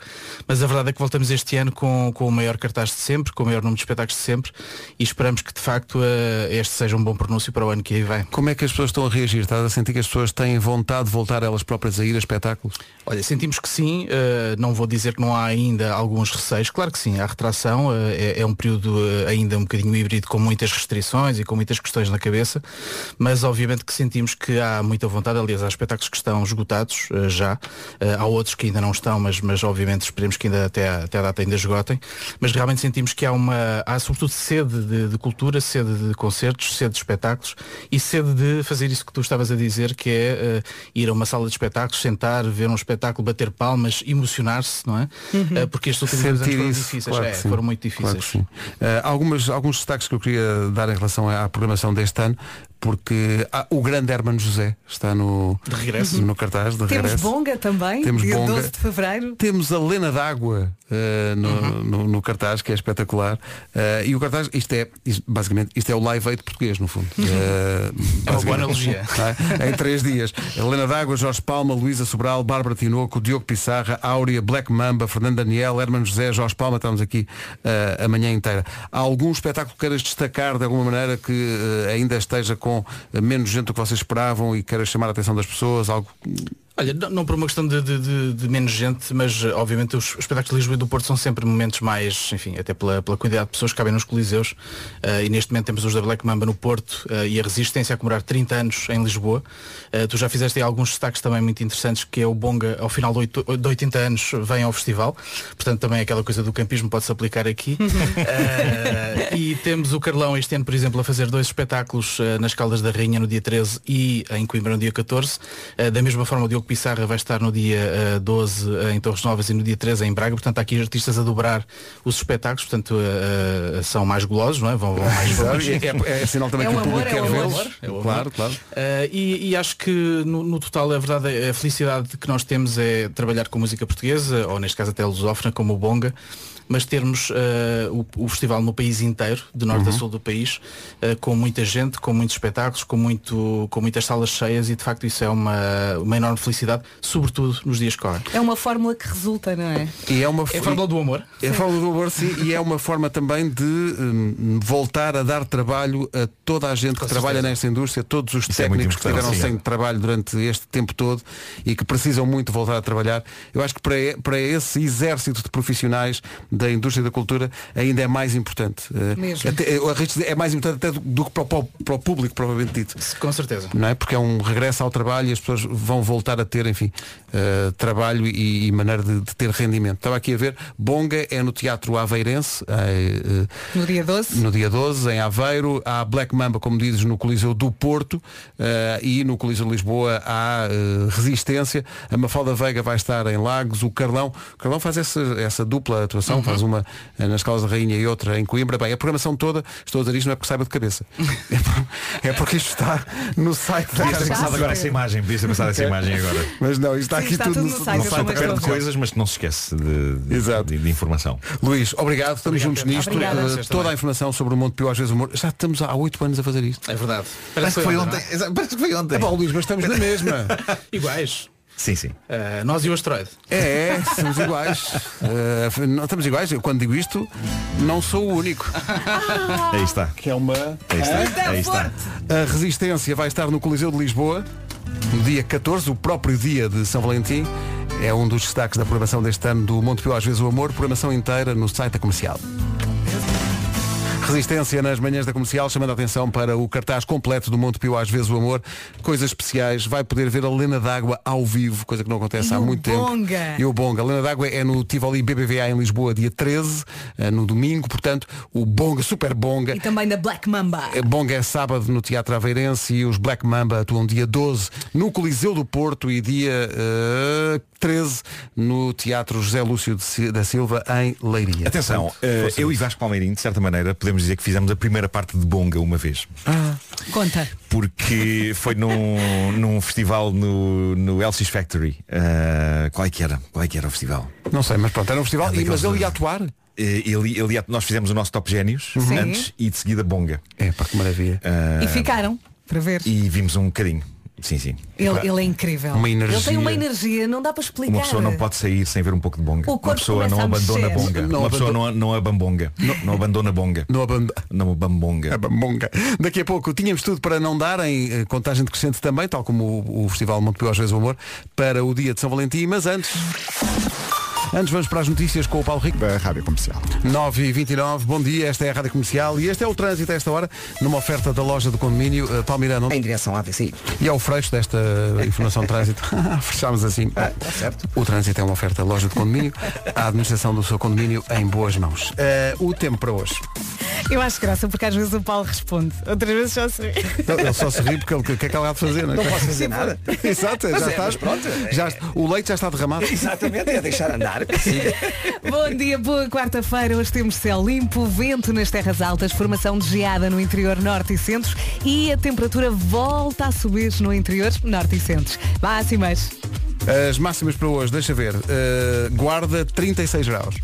[SPEAKER 12] Mas a verdade é que voltamos este ano com, com o maior cartaz de sempre, com o maior número de espetáculos de sempre e esperamos que de facto eh, este seja um bom pronúncio para o ano que aí vem.
[SPEAKER 2] Como é que as pessoas estão a reagir? Estás a sentir que as pessoas têm vontade de voltar elas próprias a ir a espetáculos?
[SPEAKER 12] Olha, sentimos que sim, eh, não vou dizer que não há ainda alguns receios, claro que sim, há retração, eh, é, é um período eh, ainda um bocadinho híbrido com muitas restrições e com muitas questões na cabeça, mas obviamente que sentimos que há muita vontade, aliás há espetáculos que estão esgotados eh, já, eh, há outros que ainda não estão, mas, mas obviamente esperemos que ainda até, à- até a data ainda esgotem, mas realmente sentimos que há uma, há sobretudo sede de, de cultura, sede de concertos, sede de espetáculos e sede de fazer isso que tu estavas a dizer, que é eh, ir a uma sala de espetáculos, sentar, ver um espetáculo, bater palmas, emocionar-se, não é?
[SPEAKER 2] Uhum.
[SPEAKER 12] Eh, porque estes últimos dois anos
[SPEAKER 2] Sentir
[SPEAKER 12] foram
[SPEAKER 2] isso,
[SPEAKER 12] difíceis,
[SPEAKER 2] claro
[SPEAKER 12] é,
[SPEAKER 2] que sim.
[SPEAKER 12] foram muito
[SPEAKER 2] Claro que
[SPEAKER 12] difíceis.
[SPEAKER 2] sim. Eh, algumas, alguns destaques que eu queria dar em relação à programação deste ano, porque há- o grande Hermano José está no,
[SPEAKER 12] regresso.
[SPEAKER 2] no cartaz de
[SPEAKER 3] Temos
[SPEAKER 2] regresso.
[SPEAKER 3] Bonga também,
[SPEAKER 2] Temos
[SPEAKER 3] dia
[SPEAKER 2] Bonga.
[SPEAKER 3] 12 de Fevereiro.
[SPEAKER 2] Temos a Lena d'Água eh, no,
[SPEAKER 12] Uhum.
[SPEAKER 2] no- no cartaz, que é espetacular. Eh, e o cartaz, isto é, isto- basicamente, isto é o live aid português, no fundo. Eh,
[SPEAKER 12] Uhum. É uma
[SPEAKER 2] basicamente,
[SPEAKER 12] boa analogia.
[SPEAKER 2] tá? em três dias. Helena D'Água, Jorge Palma, Luísa Sobral, Bárbara Tinoco, Diogo Pissarra, Áurea, Black Mamba, Fernando Daniel, Hermano José, Jorge Palma, estamos aqui eh, a manhã inteira. Há algum espetáculo que queiras destacar de alguma maneira que eh, ainda esteja com eh, menos gente do que vocês esperavam e queiras chamar a atenção das pessoas? Algo
[SPEAKER 12] Olha, não, não por uma questão de, de- de- de menos gente, mas eh, obviamente os espetáculos de Lisboa e do Porto são sempre momentos mais, enfim, até pela, pela quantidade de pessoas que cabem nos coliseus. eh, e neste momento temos os da Black Mamba no Porto eh, e a Resistência a comemorar 30 anos em Lisboa. Eh, tu já fizeste aí alguns destaques também muito interessantes, que é o Bonga, ao final de, oito- de 80 anos, vem ao festival. Portanto, também aquela coisa do campismo pode-se aplicar aqui. Eh, e temos o Carlão este ano, por exemplo, a fazer dois espetáculos eh, nas Caldas da Rainha no dia 13 e em Coimbra no dia 14. Eh, da mesma forma, o Diogo Pissarra vai estar no dia eh, 12 em Torres Novas e no dia 13 em Braga. Portanto, há aqui artistas a dobrar os espetáculos, portanto, eh, eh, são mais golosos, não é? Vão, vão mais
[SPEAKER 2] Exato. É- é- é sinal também É que o o público amor, é quer o vê-los. amor. Claro, claro.
[SPEAKER 12] Uh, e, e acho que no, no total a verdade é- a felicidade que nós temos é trabalhar com música portuguesa, ou neste caso até lusófona, como o Bonga, mas termos uh, o, o festival no país inteiro, de norte a
[SPEAKER 13] Uhum.
[SPEAKER 12] sul do país, uh, com muita gente, com muitos espetáculos, com, muito, com muitas salas cheias e de facto isso é uma, uma enorme felicidade, sobretudo nos dias que correm.
[SPEAKER 3] É uma fórmula que resulta, não é?
[SPEAKER 2] E é uma
[SPEAKER 12] É a fórmula do amor.
[SPEAKER 2] É a fórmula do amor, sim, e é uma forma também de hum, voltar a dar trabalho a toda a gente que trabalha nesta indústria, todos os
[SPEAKER 10] é muito
[SPEAKER 2] técnicos que
[SPEAKER 10] importante,
[SPEAKER 2] tiveram
[SPEAKER 10] sim.
[SPEAKER 2] sem trabalho durante este tempo todo e que precisam muito voltar a trabalhar. Eu acho que para, e- para esse exército de profissionais da indústria da cultura ainda é mais importante. Eh,
[SPEAKER 12] Mesmo.
[SPEAKER 2] até- eu arrisco dizer, é mais importante até do, do que para o, para o- para o público, provavelmente dito.
[SPEAKER 12] Com certeza.
[SPEAKER 2] Não é? Porque é um regresso ao trabalho e as pessoas vão voltar a ter, enfim, eh, trabalho e, e maneira de, de ter rendimento. Estava aqui a ver, Bonga é no Teatro Aveirense, eh, eh,
[SPEAKER 3] No dia 12.
[SPEAKER 2] no dia 12, em Aveiro. Há Black Mamba, como dizes, no Coliseu do Porto eh, e no Coliseu de Lisboa há eh, Resistência. A Mafalda Veiga vai estar em Lagos. O Carlão, o Carlão faz essa, essa dupla atuação,
[SPEAKER 10] Uhum.
[SPEAKER 2] faz uma eh, nas Calas da Rainha e outra em Coimbra. Bem, a programação toda, estou a dizer isto, não é porque saiba de cabeça. É por- É porque isto está no site da
[SPEAKER 10] Podias ter pensado agora essa imagem, podias ter pensado essa imagem agora.
[SPEAKER 2] Mas não, isto está
[SPEAKER 10] Sim,
[SPEAKER 2] aqui
[SPEAKER 10] está
[SPEAKER 2] tudo,
[SPEAKER 10] tudo
[SPEAKER 2] no,
[SPEAKER 10] no
[SPEAKER 2] no
[SPEAKER 10] site,
[SPEAKER 2] site.
[SPEAKER 10] eu também
[SPEAKER 2] da
[SPEAKER 10] estou a ver.
[SPEAKER 2] coisa.
[SPEAKER 10] coisas, mas não se esquece de, de- de- de informação.
[SPEAKER 2] Luís, obrigado, estamos juntos
[SPEAKER 10] Pedro.
[SPEAKER 2] nisto.
[SPEAKER 10] Obrigada.
[SPEAKER 2] Eh,
[SPEAKER 10] Vocês
[SPEAKER 2] toda a informação sobre o Monte Pio às vezes humor. Já estamos há oito anos a fazer isto.
[SPEAKER 12] É verdade.
[SPEAKER 2] Parece que foi ontem.
[SPEAKER 10] Exa- Parece que foi ontem.
[SPEAKER 2] É bom, Luís, mas estamos na mesma.
[SPEAKER 12] Iguais.
[SPEAKER 10] Sim, sim.
[SPEAKER 12] Uh, nós e o asteroide.
[SPEAKER 2] É, é, somos iguais. Eh, não estamos iguais. Eu, quando digo isto, não sou o único.
[SPEAKER 10] Aí está.
[SPEAKER 2] Que é uma.
[SPEAKER 10] Aí está, aí está.
[SPEAKER 2] A Resistência vai estar no Coliseu de Lisboa, no dia 14, o próprio dia de São Valentim. É um dos destaques da programação deste ano do Monte Pio Às vezes o Amor, programação inteira no site da comercial. Resistência nas manhãs da comercial, chamando a atenção para o cartaz completo do Monte Pio Às vezes o Amor, coisas especiais, vai poder ver a Lena d'Água ao vivo, coisa que não acontece
[SPEAKER 3] E
[SPEAKER 2] há
[SPEAKER 3] o
[SPEAKER 2] muito
[SPEAKER 3] Bonga.
[SPEAKER 2] tempo. E o Bonga. A Lena d'Água é no Tivoli BBVA em Lisboa, dia 13, eh, no domingo, portanto, o Bonga, super Bonga.
[SPEAKER 3] E também da Black Mamba.
[SPEAKER 2] Bonga é sábado no Teatro Aveirense e os Black Mamba atuam dia 12 no Coliseu do Porto e dia eh, 13 no Teatro José Lúcio de Si- da Silva em Leiria.
[SPEAKER 10] Atenção,
[SPEAKER 2] Portanto,
[SPEAKER 10] eh,
[SPEAKER 2] força
[SPEAKER 10] eu e
[SPEAKER 2] nisso.
[SPEAKER 10] Vasco Palmeirinho, de certa maneira, podemos dizer que fizemos a primeira parte de Bonga uma vez.
[SPEAKER 3] Conta.
[SPEAKER 10] Porque foi num, num festival no, no Elsie's Factory. Ah, qual é que era? Qual é que era o festival?
[SPEAKER 2] Não sei, mas pronto, era um festival.
[SPEAKER 10] É
[SPEAKER 2] E, mas
[SPEAKER 10] daqueles-
[SPEAKER 2] ele ia atuar?
[SPEAKER 10] Eh, Ele, ele, nós fizemos o nosso Top Génios
[SPEAKER 3] Sim.
[SPEAKER 10] antes e de seguida Bonga.
[SPEAKER 2] É, pá, que maravilha.
[SPEAKER 3] E ficaram, para ver.
[SPEAKER 10] E vimos um bocadinho. Sim, sim.
[SPEAKER 3] Ele, ele é incrível.
[SPEAKER 10] Uma
[SPEAKER 3] Ele tem
[SPEAKER 10] energia.
[SPEAKER 3] uma energia, não dá para explicar.
[SPEAKER 10] Uma pessoa não pode sair sem ver um pouco de bonga.
[SPEAKER 3] O
[SPEAKER 10] Uma
[SPEAKER 3] corpo
[SPEAKER 10] pessoa não
[SPEAKER 3] começa a
[SPEAKER 10] abandona
[SPEAKER 3] mexer.
[SPEAKER 10] bonga.
[SPEAKER 2] Não
[SPEAKER 10] Uma pessoa não, não abambonga. Não, não abandona bonga.
[SPEAKER 2] Não abandona.
[SPEAKER 10] Não abambonga.
[SPEAKER 2] Abambonga. é, Daqui a pouco tínhamos tudo para não darem eh, contagem decrescente também, tal como o, o Festival Montepio às vezes o amor, para o dia de São Valentim, mas antes. Antes vamos para as notícias com o Paulo Rico.
[SPEAKER 11] Da Rádio Comercial.
[SPEAKER 2] 9h29, bom dia, esta é a Rádio Comercial e este é o trânsito a esta hora, numa oferta da loja do condomínio eh, Palmeirão. Em
[SPEAKER 4] direção à AVC.
[SPEAKER 2] E ao freixo desta informação de trânsito. Fechámos assim. O trânsito é uma oferta da loja do condomínio, a administração do seu condomínio em boas mãos. Eh, o tempo para hoje.
[SPEAKER 3] Eu acho graça porque às vezes o Paulo responde, outras vezes só se ri.
[SPEAKER 2] Não, ele só se ri porque ele- o que é que ela há de fazer? Não, é?
[SPEAKER 3] Não posso fazer
[SPEAKER 4] nada.
[SPEAKER 2] Exato,
[SPEAKER 4] Mas
[SPEAKER 2] já
[SPEAKER 4] é,
[SPEAKER 2] está.
[SPEAKER 4] mas pronto, é.
[SPEAKER 2] já, o leite já está derramado.
[SPEAKER 4] Exatamente, é deixar andar.
[SPEAKER 3] Bom dia, boa quarta-feira. Hoje temos céu limpo, vento nas terras altas, formação de geada no interior norte e centros e a temperatura volta a subir no interior norte e centros. assim Máximas.
[SPEAKER 2] As máximas para hoje, deixa ver. Eh, guarda 36 graus.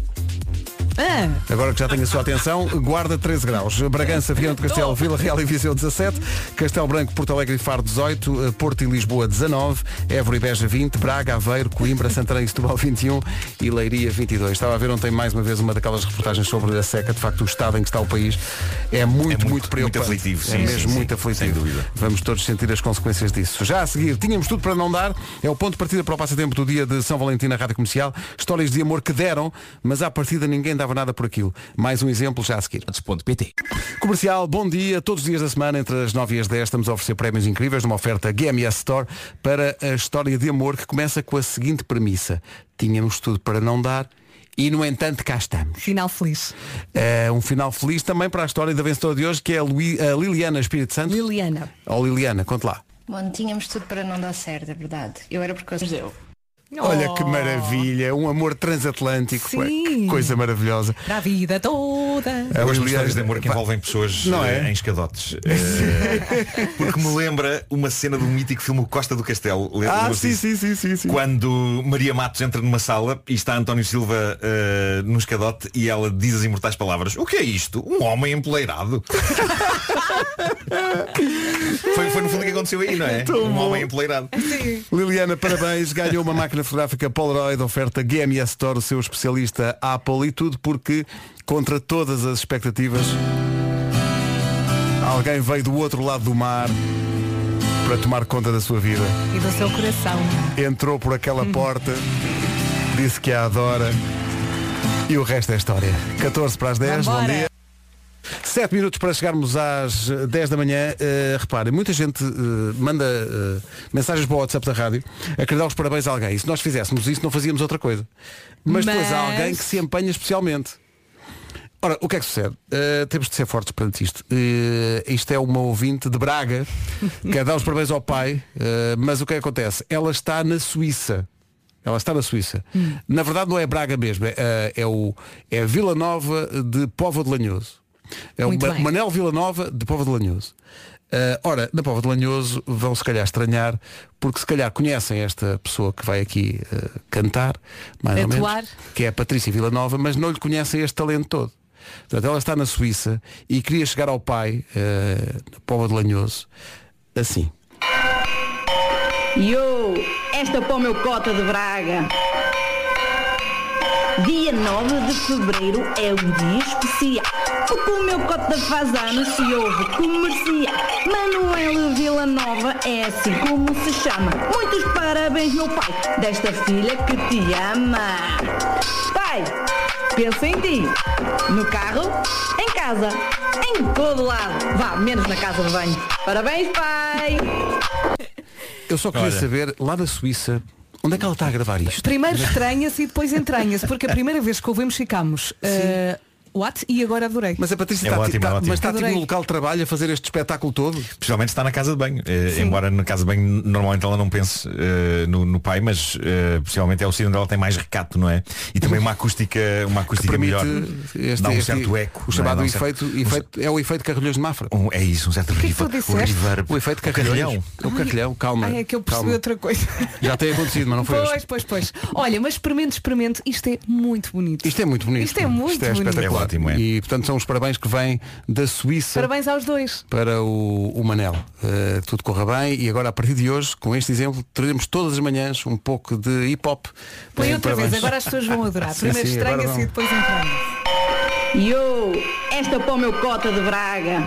[SPEAKER 3] Ah,
[SPEAKER 2] É. Agora que já tenho a sua atenção, Guarda 13 graus, Bragança, Viana do Castelo, Vila Real e Viseu 17, Castelo Branco, Porto Alegre e Faro 18, eh, Porto e Lisboa 19, Évora e Beja 20, Braga, Aveiro, Coimbra, Santarém e Setúbal 21 e Leiria 22. Estava a ver ontem mais uma vez uma daquelas reportagens sobre a seca, de facto o estado em que está o país é muito, muito, preocupante.
[SPEAKER 10] aflitivo,
[SPEAKER 2] é
[SPEAKER 10] sim,
[SPEAKER 2] mesmo
[SPEAKER 10] sim, sim,
[SPEAKER 2] muito aflitivo. Vamos todos sentir as consequências disso. Já a seguir, tínhamos tudo para não dar. É o ponto de partida para o passatempo do dia de São Valentim na Rádio Comercial. Histórias de amor que deram, mas à partida ninguém dava nada por aquilo. Mais um exemplo já a seguir. Comercial, bom dia. Todos os dias da semana, entre as 9 e as 10, estamos a oferecer prémios incríveis numa oferta GMS Store para a história de amor que começa com a seguinte premissa. Tínhamos tudo para não dar e, no entanto, cá estamos.
[SPEAKER 3] final feliz.
[SPEAKER 2] É um final feliz também para a história da vencedora de hoje, que é a, Lui- a Liliana Espírito Santo.
[SPEAKER 3] Liliana.
[SPEAKER 2] Oh, Liliana, conte lá.
[SPEAKER 13] Bom, tínhamos tudo para não dar certo, é verdade. Eu era por causa eu.
[SPEAKER 2] Olha que maravilha, um amor transatlântico. pá, Que coisa maravilhosa.
[SPEAKER 3] Para a vida toda.
[SPEAKER 10] Eu gosto de histórias de amor que envolvem pessoas
[SPEAKER 2] É, Não é?
[SPEAKER 10] eh, em escadotes. Eh, porque me lembra uma cena do mítico filme Costa do Castelo. Le-
[SPEAKER 2] Ah,
[SPEAKER 10] lembra-se
[SPEAKER 2] sim,
[SPEAKER 10] disso?
[SPEAKER 2] sim, sim, sim, sim.
[SPEAKER 10] Quando Maria Matos entra numa sala e está António Silva eh, no escadote e ela diz as imortais palavras O que é isto? Um homem empoleirado foi, foi no fundo o que aconteceu aí, não é?
[SPEAKER 2] Tão
[SPEAKER 10] um
[SPEAKER 2] bom.
[SPEAKER 10] homem empoleirado
[SPEAKER 2] Liliana, parabéns, ganhou uma máquina fotográfica Polaroid, oferta GMS Store, o seu especialista Apple e tudo porque, contra todas as expectativas, alguém veio do outro lado do mar para tomar conta da sua vida.
[SPEAKER 3] E do seu coração.
[SPEAKER 2] Entrou por aquela porta, disse que a adora e o resto é história. 14 para as 10, bom
[SPEAKER 3] Vambora.
[SPEAKER 2] dia. 7 minutos para chegarmos às eh, 10 da manhã. Eh, reparem, muita gente eh, manda eh, mensagens para o WhatsApp da rádio a querer dar os parabéns a alguém. E se nós fizéssemos isso, não fazíamos outra coisa. Mas, depois há
[SPEAKER 14] Mas-
[SPEAKER 2] alguém que se empenha especialmente. Ora, o que é que sucede? Eh, temos de ser fortes perante isto. Eh, isto é uma ouvinte de Braga, quer dar os parabéns ao pai, eh, mas o que é que acontece? Ela está na Suíça. Ela está na Suíça.
[SPEAKER 14] Hum.
[SPEAKER 2] Na verdade não é Braga mesmo, é, eh, é, o, é Vila Nova de Povo de Lanhoso. É o
[SPEAKER 14] Muito
[SPEAKER 2] Ma-
[SPEAKER 14] bem.
[SPEAKER 2] Manel Vila Nova de Povo de Lanhoso. Eh, ora, na Povo de Lanhoso vão se calhar estranhar, porque se calhar conhecem esta pessoa que vai aqui eh, cantar, mais ou
[SPEAKER 3] Atuar.
[SPEAKER 2] menos, que é a Patrícia Villanova, mas não lhe conhecem este talento todo. Portanto, ela está na Suíça e queria chegar ao pai, eh, na Póvoa de Lanhoso, assim.
[SPEAKER 15] E eu, esta é para o meu cota de Braga. Dia 9 de fevereiro é um dia especial. Porque o meu cota faz anos e houve comercial. Manuela Vila Nova é assim como se chama. Muitos parabéns, meu pai, desta filha que te ama. Pai, pensa em ti. No carro, em casa, em todo lado. Vá, menos na casa de banho. Parabéns, pai!
[SPEAKER 2] Eu só queria
[SPEAKER 14] Olha.
[SPEAKER 2] saber, lá na Suíça, onde é que ela está a gravar isto?
[SPEAKER 3] Primeiro estranha-se e depois entranha-se, porque a primeira vez que ouvimos ficámos. eh, What? E agora adorei.
[SPEAKER 2] Mas a Patrícia
[SPEAKER 10] É
[SPEAKER 2] está,
[SPEAKER 10] ótimo,
[SPEAKER 2] está-
[SPEAKER 10] é ótimo.
[SPEAKER 2] Mas está tipo
[SPEAKER 3] Adorei.
[SPEAKER 2] no local de trabalho a fazer este espetáculo todo.
[SPEAKER 10] Principalmente está na casa de banho. Eh, embora na casa de banho normalmente ela não pense eh, no, no pai, mas eh, principalmente é o sítio onde ela tem mais recato, não é? E também uma acústica, uma acústica
[SPEAKER 2] permite
[SPEAKER 10] melhor.
[SPEAKER 2] este-
[SPEAKER 10] Dá um
[SPEAKER 2] este-
[SPEAKER 10] certo eco.
[SPEAKER 2] o chamado
[SPEAKER 10] não é? Dá um
[SPEAKER 2] efeito-
[SPEAKER 10] certo- um
[SPEAKER 2] efeito- é o efeito carrilhões de Mafra.
[SPEAKER 10] Um- é isso, um
[SPEAKER 3] que
[SPEAKER 10] certo
[SPEAKER 3] é que
[SPEAKER 10] riva-
[SPEAKER 3] tu
[SPEAKER 10] o
[SPEAKER 3] disseste?
[SPEAKER 10] reverb.
[SPEAKER 2] O efeito
[SPEAKER 10] carrilhões.
[SPEAKER 2] carrilhões. O carrilhão, calma.
[SPEAKER 3] Ai, é que eu percebi
[SPEAKER 2] calma.
[SPEAKER 3] outra coisa.
[SPEAKER 2] Já tem acontecido, mas não foi
[SPEAKER 3] pois,
[SPEAKER 2] hoje.
[SPEAKER 3] pois, pois. Olha, mas experimente, experimente. Isto é muito bonito.
[SPEAKER 2] Isto é muito bonito.
[SPEAKER 3] Isto é muito
[SPEAKER 2] Isto é
[SPEAKER 3] bonito.
[SPEAKER 2] espetacular.
[SPEAKER 10] É ótimo, é.
[SPEAKER 2] E portanto são os parabéns que vêm da Suíça
[SPEAKER 3] Parabéns aos dois.
[SPEAKER 2] para o, o Manel. Eh, tudo corra bem e agora a partir de hoje, com este exemplo, teremos todas as manhãs um pouco de hip hop.
[SPEAKER 3] Põe
[SPEAKER 2] Eh,
[SPEAKER 3] outra
[SPEAKER 2] parabéns.
[SPEAKER 3] vez, agora as pessoas vão adorar.
[SPEAKER 2] Sim,
[SPEAKER 3] Primeiro
[SPEAKER 2] sim, agora
[SPEAKER 3] estranha-se
[SPEAKER 2] vão.
[SPEAKER 3] e depois entranha.
[SPEAKER 15] Yo, esta é para o meu cota de Braga.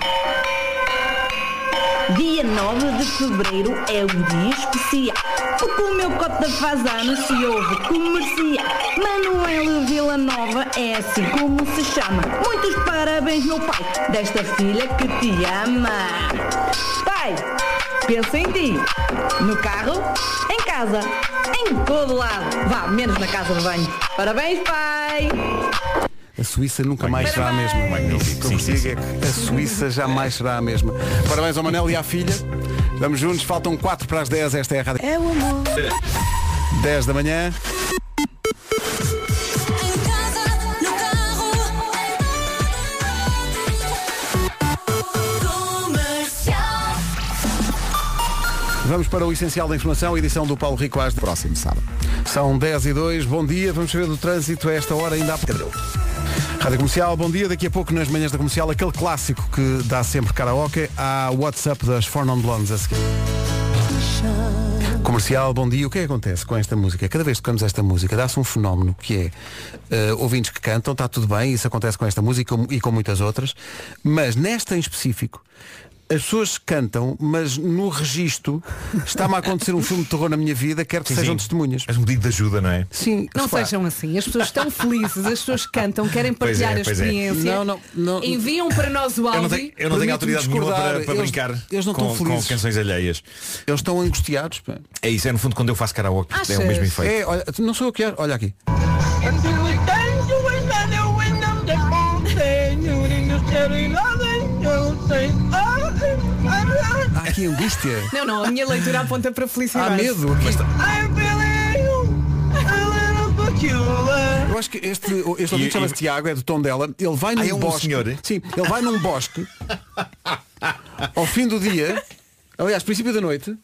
[SPEAKER 15] Dia 9 de fevereiro é um dia especial. Porque o meu cota faz anos se ouve comercial. Manuel Vila Nova é assim como se chama. Muitos parabéns, meu pai, desta filha que te ama. Pai, pensa em ti. No carro, em casa, em todo lado. Vá, menos na casa de banho. Parabéns, pai!
[SPEAKER 2] A Suíça nunca mais será a mesma. O que eu vos digo é que a Suíça jamais será a mesma. Parabéns ao Manel e à filha. Vamos juntos, faltam 4 para as 10, esta é a rádio.
[SPEAKER 1] É o amor.
[SPEAKER 2] 10 da manhã. Vamos para o Essencial da Informação, edição do Paulo Rico às próximo sábado. São 10 e 2, bom dia, vamos saber do trânsito a esta hora ainda há bocadinho. Rádio Comercial, bom dia. Daqui a pouco nas manhãs da comercial, aquele clássico que dá sempre karaoke, há WhatsApp das Four Non Blondes a seguir. Comercial, bom dia. O que é que acontece com esta música? Cada vez que tocamos esta música, dá-se um fenómeno que é eh, ouvintes que cantam, está tudo bem, isso acontece com esta música e com- e com muitas outras, mas nesta em específico, as pessoas cantam, mas no registro está-me a acontecer um filme de terror na minha vida, quero que
[SPEAKER 10] Sim,
[SPEAKER 2] sejam
[SPEAKER 10] sim.
[SPEAKER 2] testemunhas.
[SPEAKER 10] És um pedido de ajuda, não é?
[SPEAKER 2] Sim,
[SPEAKER 3] Não
[SPEAKER 2] repara.
[SPEAKER 3] sejam assim, as pessoas estão felizes, as pessoas cantam, querem
[SPEAKER 10] Pois é,
[SPEAKER 3] partilhar a
[SPEAKER 10] pois é.
[SPEAKER 3] experiência.
[SPEAKER 2] Não, não, não.
[SPEAKER 3] Enviam para nós o
[SPEAKER 10] Eu não
[SPEAKER 3] áudio.
[SPEAKER 10] tenho, eu não tenho
[SPEAKER 2] Permite-me
[SPEAKER 10] autoridade nenhuma
[SPEAKER 2] discordar.
[SPEAKER 10] para, para
[SPEAKER 2] Eles-
[SPEAKER 10] brincar
[SPEAKER 2] eles não estão
[SPEAKER 10] com, com
[SPEAKER 2] felizes.
[SPEAKER 10] canções alheias.
[SPEAKER 2] Eles estão angustiados. pá.
[SPEAKER 10] É isso, é no fundo quando eu faço karaoke. É o
[SPEAKER 2] Achas?
[SPEAKER 10] mesmo efeito.
[SPEAKER 2] É, olha, não sou eu que era. Olha aqui. Há aqui angústia.
[SPEAKER 3] Não, não, a minha leitura aponta para a felicidade.
[SPEAKER 2] Há medo. Mas tá- Eu acho que este, este ouvinte chama-se Tiago, é do tom dela. Ele vai num
[SPEAKER 10] Ah, é um
[SPEAKER 2] bosque.
[SPEAKER 10] senhor, é?
[SPEAKER 2] Sim, ele vai num bosque. ao fim do dia, aliás, princípio da noite,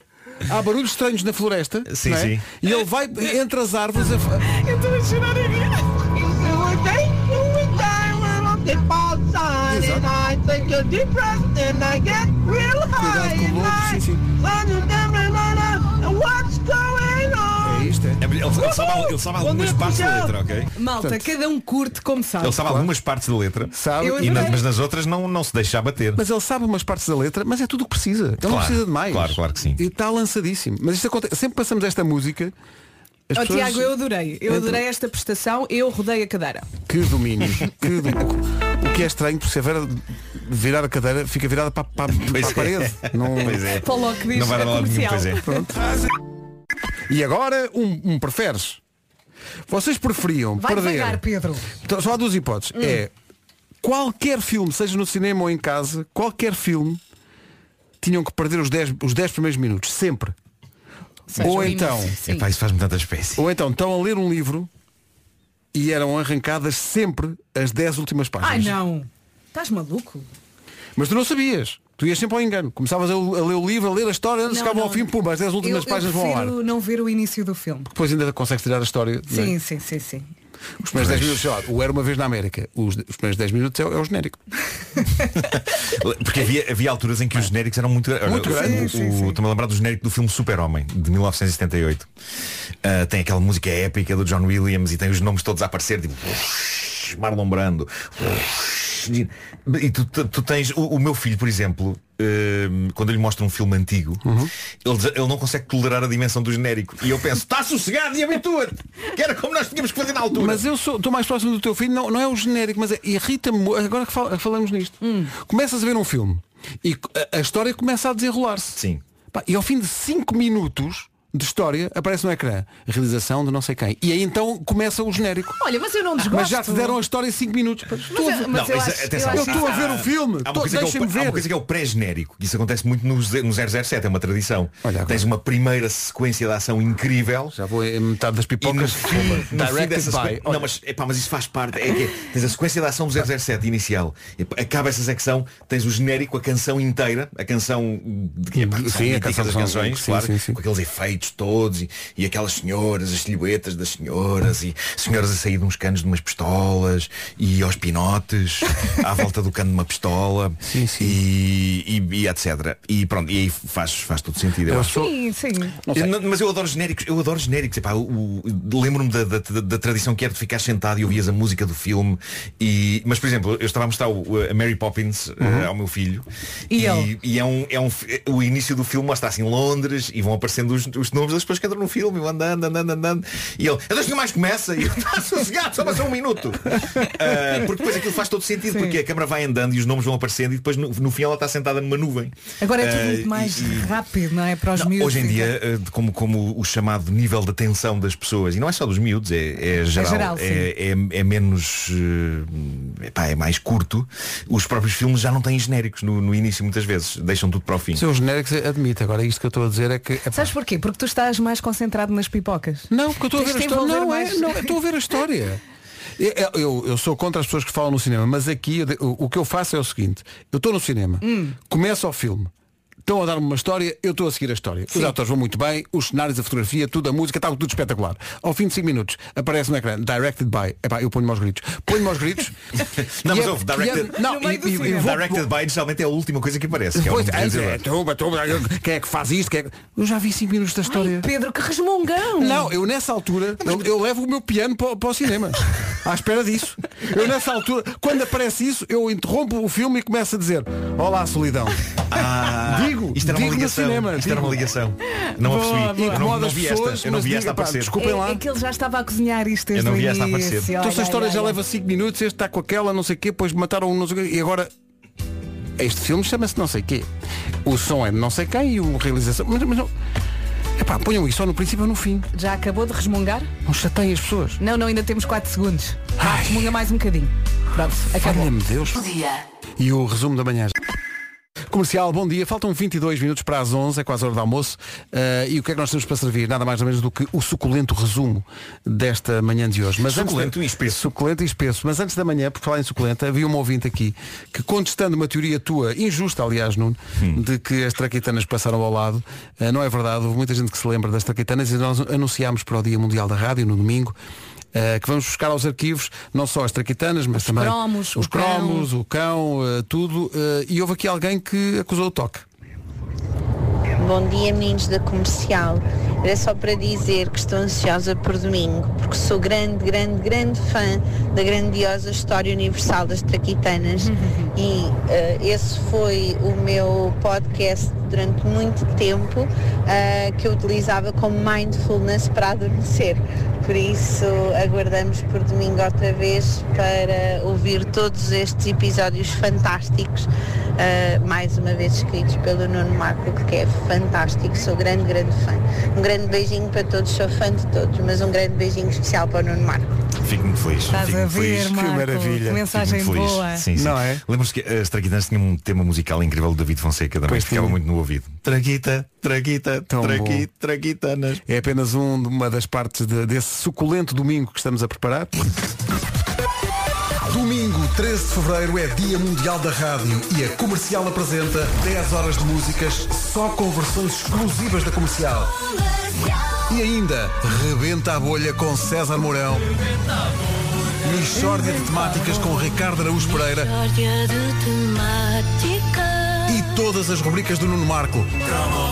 [SPEAKER 2] há barulhos estranhos na floresta.
[SPEAKER 10] Sim,
[SPEAKER 2] não é?
[SPEAKER 10] sim.
[SPEAKER 2] E ele vai entre as árvores a,
[SPEAKER 15] Eu estou a chorar em
[SPEAKER 2] Ah, Cuidado com o lobo, sim, sim. É isto, é?
[SPEAKER 10] Ele, ele sabe, ele sabe algumas partes da letra, ok?
[SPEAKER 3] Malta, cada um curte como sabe.
[SPEAKER 10] Ele sabe algumas partes da letra,
[SPEAKER 2] Sabe.
[SPEAKER 3] Eu
[SPEAKER 10] e na-
[SPEAKER 3] adorei.
[SPEAKER 10] mas nas outras não, não se deixa abater.
[SPEAKER 2] Mas ele sabe umas partes da letra, mas é tudo o que precisa. Ele não
[SPEAKER 10] Claro,
[SPEAKER 2] precisa de mais.
[SPEAKER 10] claro, claro que sim.
[SPEAKER 2] E está lançadíssimo. Mas isto acontece. Sempre passamos esta música. as
[SPEAKER 3] Oh,
[SPEAKER 2] pessoas-
[SPEAKER 3] Tiago, eu adorei. Eu
[SPEAKER 2] Então-
[SPEAKER 3] adorei esta prestação, eu rodei a cadeira.
[SPEAKER 2] Que domínio. que domínio. O que é estranho, porque se a Vera virar a cadeira, fica virada para, para- para a parede. Não...
[SPEAKER 10] Pois é.
[SPEAKER 3] Para o logo que diz
[SPEAKER 10] Não vai
[SPEAKER 3] a
[SPEAKER 10] dar lado nenhum,
[SPEAKER 3] comercial.
[SPEAKER 10] pois é.
[SPEAKER 2] E agora, um, um preferes. Vocês preferiam
[SPEAKER 3] Vai
[SPEAKER 2] perder.
[SPEAKER 3] devagar, Pedro. Hum.
[SPEAKER 2] Então, Só há duas hipóteses. É qualquer filme, seja no cinema ou em casa, qualquer filme, tinham que perder os 10 os 10 primeiros minutos, sempre. ou então,
[SPEAKER 10] Epá, isso faz-me tanta espécie.
[SPEAKER 2] ou então estão a ler um livro e eram arrancadas sempre as 10 últimas páginas.
[SPEAKER 3] Ai não. Estás maluco?
[SPEAKER 2] Mas tu não sabias. Tu ias sempre ao engano. Começavas a, a ler o livro, a ler a história, chegavam ao fim, pumba, as 10 últimas
[SPEAKER 3] eu,
[SPEAKER 2] páginas
[SPEAKER 3] eu
[SPEAKER 2] vão ao ar.
[SPEAKER 3] prefiro não ver o início do filme.
[SPEAKER 2] Depois ainda consegues tirar a história. não é?
[SPEAKER 3] Sim, sim, sim, sim.
[SPEAKER 2] Os primeiros 10 minutos, sei lá, o Era Uma Vez na América. Os, os primeiros 10 minutos é, o- é o genérico.
[SPEAKER 10] Porque havia, havia alturas em que os genéricos eram muito, gra-
[SPEAKER 2] Muito
[SPEAKER 10] o-
[SPEAKER 2] grandes.
[SPEAKER 10] o- o- Estou-me a lembrar do genérico do filme Super-Homem, de 1978. Ah, tem aquela música épica do John Williams e tem os nomes todos a aparecer, tipo Marlon Brando. E tu, tu- tu tens. O, o meu filho, por exemplo, hum, quando eu lhe mostro um filme antigo,
[SPEAKER 2] Uhum.
[SPEAKER 10] ele, já- ele não consegue tolerar a dimensão do genérico. E eu penso, está sossegado e habitua-te! Que era como nós tínhamos que fazer na altura.
[SPEAKER 2] Mas eu sou, estou mais próximo do teu filho, não, não é o genérico, mas é- irrita-me. mu- Agora que fal- falamos nisto.
[SPEAKER 10] Hum.
[SPEAKER 2] Começas a ver um filme e c- a, a história começa a desenrolar-se.
[SPEAKER 10] Sim.
[SPEAKER 2] Pá, E ao fim de 5 minutos de história aparece no ecrã. Realização de não sei quem. E aí então começa o genérico.
[SPEAKER 3] Olha, Ah, mas eu não desgosto.
[SPEAKER 2] Mas já te deram a história em 5 minutos.
[SPEAKER 10] é,
[SPEAKER 2] Estou a ver-
[SPEAKER 10] Não, isso- atenção,
[SPEAKER 2] eu
[SPEAKER 10] isso-
[SPEAKER 2] estou a ver
[SPEAKER 10] há-
[SPEAKER 2] o filme.
[SPEAKER 10] Há uma
[SPEAKER 2] Tô-
[SPEAKER 10] coisa que é o-
[SPEAKER 2] Deixem-me
[SPEAKER 10] há uma
[SPEAKER 2] ver.
[SPEAKER 10] coisa que é o pré-genérico. Isso acontece muito no, ze- no 007, é uma tradição. Tens uma primeira sequência de ação incrível.
[SPEAKER 2] Já vou em metade das
[SPEAKER 10] pipocas.
[SPEAKER 2] Directed by.
[SPEAKER 10] Não, mas, epá, mas isso faz parte. É que tens a sequência de ação do 007 inicial. Epá, Acaba essa secção, tens o genérico, a canção inteira, a canção de que
[SPEAKER 2] Sim, a
[SPEAKER 10] mítica
[SPEAKER 2] canção
[SPEAKER 10] das
[SPEAKER 2] são-
[SPEAKER 10] canções,
[SPEAKER 2] sim,
[SPEAKER 10] claro,
[SPEAKER 2] sim, sim.
[SPEAKER 10] com aqueles efeitos todos e, e aquelas senhoras, as silhuetas das senhoras e senhoras a sair de uns canos de umas pistolas e aos pinotes à volta do cano de uma pistola E, e- e etc. E pronto, e aí faz, faz todo sentido. eu acho.
[SPEAKER 3] Sim, sim.
[SPEAKER 10] Eu não- mas eu adoro genéricos, eu adoro genéricos. Epá, o- o- Lembro-me da, da- da- da tradição que era de ficar sentado e ouvias a música do filme. E, mas, por exemplo, eu estava a mostrar o, a Mary Poppins eh,
[SPEAKER 14] Uhum.
[SPEAKER 10] ao meu filho.
[SPEAKER 14] E ele?
[SPEAKER 10] e, é, um, é um fi- o início do filme mostra assim Londres e vão aparecendo os, os nomes das pessoas que entram no um filme, e vão andando, andando, andando. E ele, então isto não mais começa. E eu, está sossegado, só mais um minuto. Ah, porque depois aquilo faz todo sentido, porque a câmara vai andando e os nomes vão aparecendo e depois no, no fim ela está sentada numa nuvem.
[SPEAKER 3] Agora é tudo
[SPEAKER 10] Ah,
[SPEAKER 3] muito mais
[SPEAKER 10] e- e-
[SPEAKER 3] rápido, não é? Para os miúdos.
[SPEAKER 10] Hoje em dia, eh, de como, como o chamado nível de atenção das pessoas, e não é só dos miúdos, é, é geral,
[SPEAKER 3] geral, sim.
[SPEAKER 10] é, é- é menos. eh, epá, é mais curto, os próprios filmes já não têm genéricos no, no início muitas vezes, deixam tudo para o fim.
[SPEAKER 2] Seus genéricos admite. Agora isto que eu estou a dizer é que. epá,
[SPEAKER 3] Sabes porquê? Porque tu estás mais concentrado nas pipocas.
[SPEAKER 2] Não, porque eu estou a ver a história. Não, é, não, eu estou a ver a história. Eu, eu- eu sou contra as pessoas que falam no cinema, mas aqui eu de- o, o que eu faço é o seguinte, eu estou no cinema,
[SPEAKER 10] Hum.
[SPEAKER 2] começa o filme, estão a dar-me uma história, eu estou a seguir a história. Os atores vão muito bem, os cenários, a fotografia, tudo, a música, está tudo espetacular. Ao fim de 5 minutos, aparece no ecrã, directed by, epá, eu ponho-me aos gritos. Ponho-me aos gritos.
[SPEAKER 10] Não,
[SPEAKER 2] E
[SPEAKER 10] mas
[SPEAKER 2] é-
[SPEAKER 10] houve
[SPEAKER 2] e
[SPEAKER 10] Directed,
[SPEAKER 2] é- não,
[SPEAKER 10] e- e- e
[SPEAKER 2] vou-
[SPEAKER 10] directed by geralmente é a última coisa que aparece. Que é o
[SPEAKER 2] Pois,
[SPEAKER 10] nome do
[SPEAKER 2] antes,
[SPEAKER 10] realizador.
[SPEAKER 2] é, tuba, tuba, quem é que faz isto? Quem é que- Eu já vi 5 minutos da história.
[SPEAKER 3] Pedro, que resmungão!
[SPEAKER 2] Não, eu nessa altura, eu, eu levo o meu piano para, o- para o cinema. à espera disso. Eu nessa altura, quando aparece isso, eu interrompo o filme e começo a dizer Olá solidão.
[SPEAKER 10] Ah,
[SPEAKER 2] digo,
[SPEAKER 10] isto era uma
[SPEAKER 2] digo no
[SPEAKER 10] ligação.
[SPEAKER 2] cinema.
[SPEAKER 10] isto era uma ligação. Não a
[SPEAKER 2] Boa,
[SPEAKER 10] percebi.
[SPEAKER 2] boa.
[SPEAKER 10] Eu não,
[SPEAKER 2] Incomoda
[SPEAKER 10] não
[SPEAKER 2] as
[SPEAKER 10] vi
[SPEAKER 2] pessoas,
[SPEAKER 10] esta. Eu não
[SPEAKER 2] mas
[SPEAKER 10] vi
[SPEAKER 2] diga,
[SPEAKER 10] esta a
[SPEAKER 2] pá,
[SPEAKER 10] aparecer.
[SPEAKER 2] desculpem
[SPEAKER 3] é,
[SPEAKER 2] lá.
[SPEAKER 3] é que ele já estava a cozinhar isto
[SPEAKER 10] Eu
[SPEAKER 3] desde o
[SPEAKER 10] não vi esta
[SPEAKER 3] início.
[SPEAKER 10] a aparecer.
[SPEAKER 2] Então se a
[SPEAKER 3] Olha,
[SPEAKER 2] história
[SPEAKER 3] olha,
[SPEAKER 2] já
[SPEAKER 3] olha.
[SPEAKER 2] leva 5 minutos, este está com aquela, não sei o quê, depois mataram um não sei o quê, e agora. Este filme chama-se não sei quê. O som é de não sei quem e o realização. Mas, mas não. Epá, ponham isso só no princípio ou no fim.
[SPEAKER 3] Já acabou de resmungar?
[SPEAKER 2] Não chateiem as pessoas.
[SPEAKER 3] Não, não, ainda temos 4 segundos. Vá, Resmunga mais um bocadinho. Pronto, acabou.
[SPEAKER 2] Valha-me Deus. E o resumo da manhã. Comercial, bom dia. Faltam 22 minutos para as 11, é quase hora do almoço. Eh, e o que é que nós temos para servir? Nada mais ou menos do que o suculento resumo desta manhã de hoje. antes
[SPEAKER 10] Suculento
[SPEAKER 2] da-
[SPEAKER 10] e espesso.
[SPEAKER 2] Suculento e espesso. Mas antes da manhã, por falar em suculenta, havia um ouvinte aqui que, contestando uma teoria tua, injusta, aliás, Nuno,
[SPEAKER 10] Hum.
[SPEAKER 2] de que as traquitanas passaram ao lado, eh, não é verdade. Houve muita gente que se lembra das traquitanas e nós anunciámos para o Dia Mundial da Rádio, no domingo, eh, que vamos buscar aos arquivos não só as traquitanas, mas também
[SPEAKER 3] cromos,
[SPEAKER 2] os
[SPEAKER 3] o cão.
[SPEAKER 2] cromos, o cão, eh, tudo. eh, e houve aqui alguém que acusou o toque.
[SPEAKER 16] Bom dia, meninos da comercial. Era só para dizer que estou ansiosa por domingo, porque sou grande, grande, grande fã da grandiosa história universal das Traquitanas. E eh, esse foi o meu podcast durante muito tempo eh, que eu utilizava como mindfulness para adormecer. Por isso, aguardamos por domingo outra vez para ouvir todos estes episódios fantásticos, eh, mais uma vez escritos pelo Nuno Marco, que é fantástico. Sou grande, grande fã. Um grande beijinho para todos, sou fã de todos, mas um grande beijinho especial para o Nuno Marco.
[SPEAKER 10] Fico muito feliz.
[SPEAKER 16] Estás
[SPEAKER 10] Fico
[SPEAKER 16] a
[SPEAKER 10] muito
[SPEAKER 16] ver,
[SPEAKER 10] feliz.
[SPEAKER 16] Marco, que mensagem
[SPEAKER 10] Fico muito feliz.
[SPEAKER 16] boa.
[SPEAKER 10] Sim, sim.
[SPEAKER 2] Não é?
[SPEAKER 10] Lembras que as Traquitanas tinham um tema musical incrível do David Fonseca também,
[SPEAKER 2] Pois
[SPEAKER 10] que ficava
[SPEAKER 2] tinha.
[SPEAKER 10] muito no ouvido. Traquita, traquita, traqui, traquitanas.
[SPEAKER 2] É apenas um- uma das partes de- desse suculento domingo que estamos a preparar.
[SPEAKER 17] Domingo 13 de Fevereiro é Dia Mundial da Rádio e a Comercial apresenta 10 horas de músicas só com versões exclusivas da Comercial. E ainda, rebenta a bolha com César Mourão. Mixórdia de temáticas com Ricardo Araújo Pereira e todas as rubricas do Nuno Marco.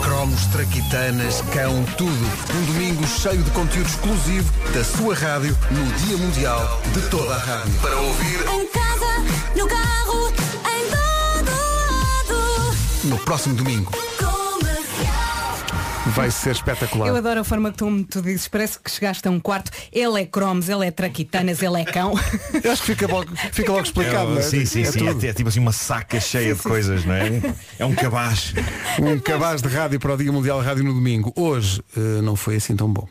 [SPEAKER 17] Cromos, traquitanas, cão, tudo. Um domingo cheio de conteúdo exclusivo da sua rádio no Dia Mundial de toda a rádio. Para ouvir
[SPEAKER 18] Em casa, no carro, em todo lado.
[SPEAKER 17] no próximo domingo.
[SPEAKER 2] Vai ser espetacular.
[SPEAKER 3] Eu adoro a forma que tu me tu dizes. Parece que chegaste a um quarto. Ele é cromos, ele é traquitanas, ele é cão.
[SPEAKER 2] Eu acho que fica logo, fica logo explicado.
[SPEAKER 10] É,
[SPEAKER 2] não é?
[SPEAKER 10] Sim, sim,
[SPEAKER 2] É
[SPEAKER 10] sim.
[SPEAKER 2] tudo.
[SPEAKER 10] É, é tipo assim uma saca cheia de coisas, não é? É um cabaz.
[SPEAKER 2] Um cabaz de rádio para o Dia Mundial da Rádio no domingo. Hoje eh, não foi assim tão bom.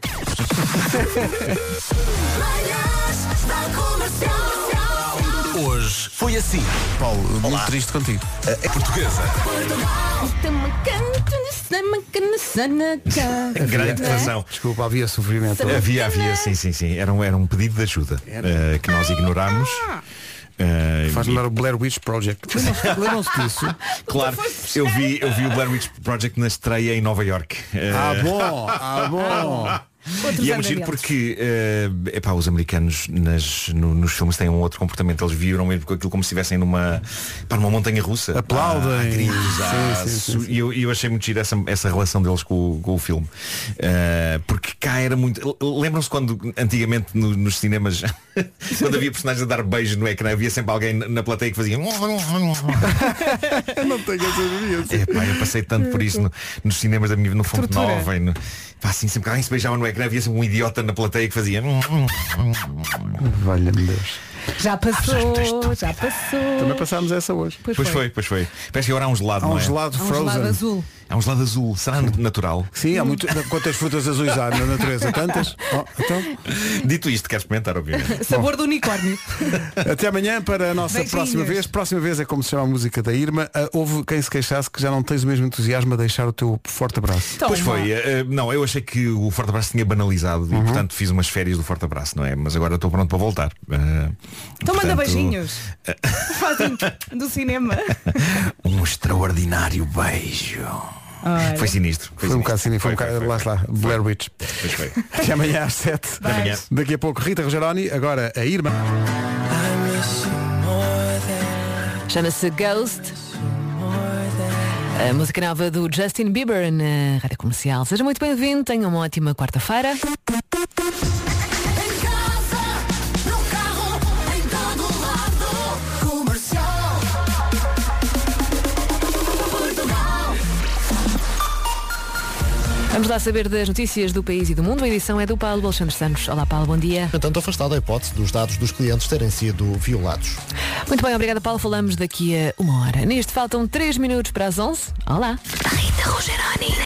[SPEAKER 2] Hoje foi assim. Paulo, muito triste contigo.
[SPEAKER 17] É portuguesa.
[SPEAKER 10] Grande razão.
[SPEAKER 2] Desculpa, havia sofrimento.
[SPEAKER 16] é?
[SPEAKER 10] Havia, havia, sim, sim, sim. Era um, era um pedido de ajuda eh, que
[SPEAKER 16] Ah!
[SPEAKER 10] nós ignorámos. Eh,
[SPEAKER 2] Faz lembrar o Blair Witch Project. Lembram-se- Lembram-se disso?
[SPEAKER 10] Claro, eu vi, eu vi o Blair Witch Project na estreia em Nova York. eh,
[SPEAKER 2] Ah, bom, ah,
[SPEAKER 10] bom.
[SPEAKER 2] Outros
[SPEAKER 10] e é muito giro
[SPEAKER 2] andamentos.
[SPEAKER 10] porque eh, epá, os americanos nas- no- nos filmes têm um outro comportamento. Eles viram mesmo com aquilo como se estivessem numa, pá, numa montanha russa. Ah,
[SPEAKER 2] Aplaudem.
[SPEAKER 10] Há gritos, há
[SPEAKER 2] Sim, sim, sim,
[SPEAKER 10] su-
[SPEAKER 2] sim.
[SPEAKER 10] E eu, e eu achei muito giro essa, essa relação deles com, o- com o filme. Eh, porque cá era muito. l- Lembram-se quando antigamente no- nos cinemas, quando havia personagens a dar beijos no ecrã, havia sempre alguém na na plateia que fazia.
[SPEAKER 2] Eu não tenho essa experiência.
[SPEAKER 10] É, pá, eu passei tanto por isso no- nos cinemas da minha vida, no Fonte
[SPEAKER 2] Tortura.
[SPEAKER 10] Nova. e no- pá, assim, sempre que alguém se beijava no ecrã, havia sempre um idiota na plateia que fazia.
[SPEAKER 2] Valha-me Deus.
[SPEAKER 3] Já
[SPEAKER 10] Ah,
[SPEAKER 3] passou, já passou.
[SPEAKER 2] Também passámos essa hoje.
[SPEAKER 10] Pois, foi. pois foi. Parece que agora há um gelado,
[SPEAKER 2] Há um
[SPEAKER 10] não é?
[SPEAKER 2] gelado Há um gelado frozen. azul.
[SPEAKER 10] Há um gelado azul. Será natural?
[SPEAKER 2] Sim, há muito. Quantas frutas azuis há na natureza? Tantas? Oh, então.
[SPEAKER 10] Dito isto, quero experimentar, obviamente.
[SPEAKER 3] Sabor do unicórnio.
[SPEAKER 2] Até amanhã para a nossa
[SPEAKER 3] Beijinhos.
[SPEAKER 2] próxima vez. Próxima vez é como se chama a música da Irma. Ah, houve quem se queixasse que já não tens o mesmo entusiasmo a deixar o teu forte abraço.
[SPEAKER 10] Pois foi, eh, eh, não, eu achei que o Forte Abraço tinha banalizado
[SPEAKER 2] Uhum.
[SPEAKER 10] e portanto fiz umas férias do Forte Abraço, não é? Mas agora estou pronto para voltar. Eh,
[SPEAKER 3] Então manda
[SPEAKER 10] portanto,
[SPEAKER 3] beijinhos. Fazem do cinema.
[SPEAKER 10] Um extraordinário beijo.
[SPEAKER 3] Olha.
[SPEAKER 10] Foi sinistro.
[SPEAKER 2] Foi um bocado sinistro, foi um bocado, lá está, Blair Witch.
[SPEAKER 10] Pois foi.
[SPEAKER 2] Até amanhã às 7.
[SPEAKER 10] Até amanhã.
[SPEAKER 2] Daqui a pouco Rita Rogeroni, agora a Irma.
[SPEAKER 14] Chama-se Ghost. A música nova do Justin Bieber na rádio comercial. Seja muito bem-vindo, tenha uma ótima quarta-feira. Vamos lá saber das notícias do país e do mundo. A edição é do Paulo Alexandre Santos. Olá, Paulo, bom dia.
[SPEAKER 19] No entanto, afastada a hipótese dos dados dos clientes terem sido violados.
[SPEAKER 14] Muito bem, obrigada, Paulo. Falamos daqui a uma hora. Neste faltam 3 minutos para as 11. Olá. Rita Rogeroni.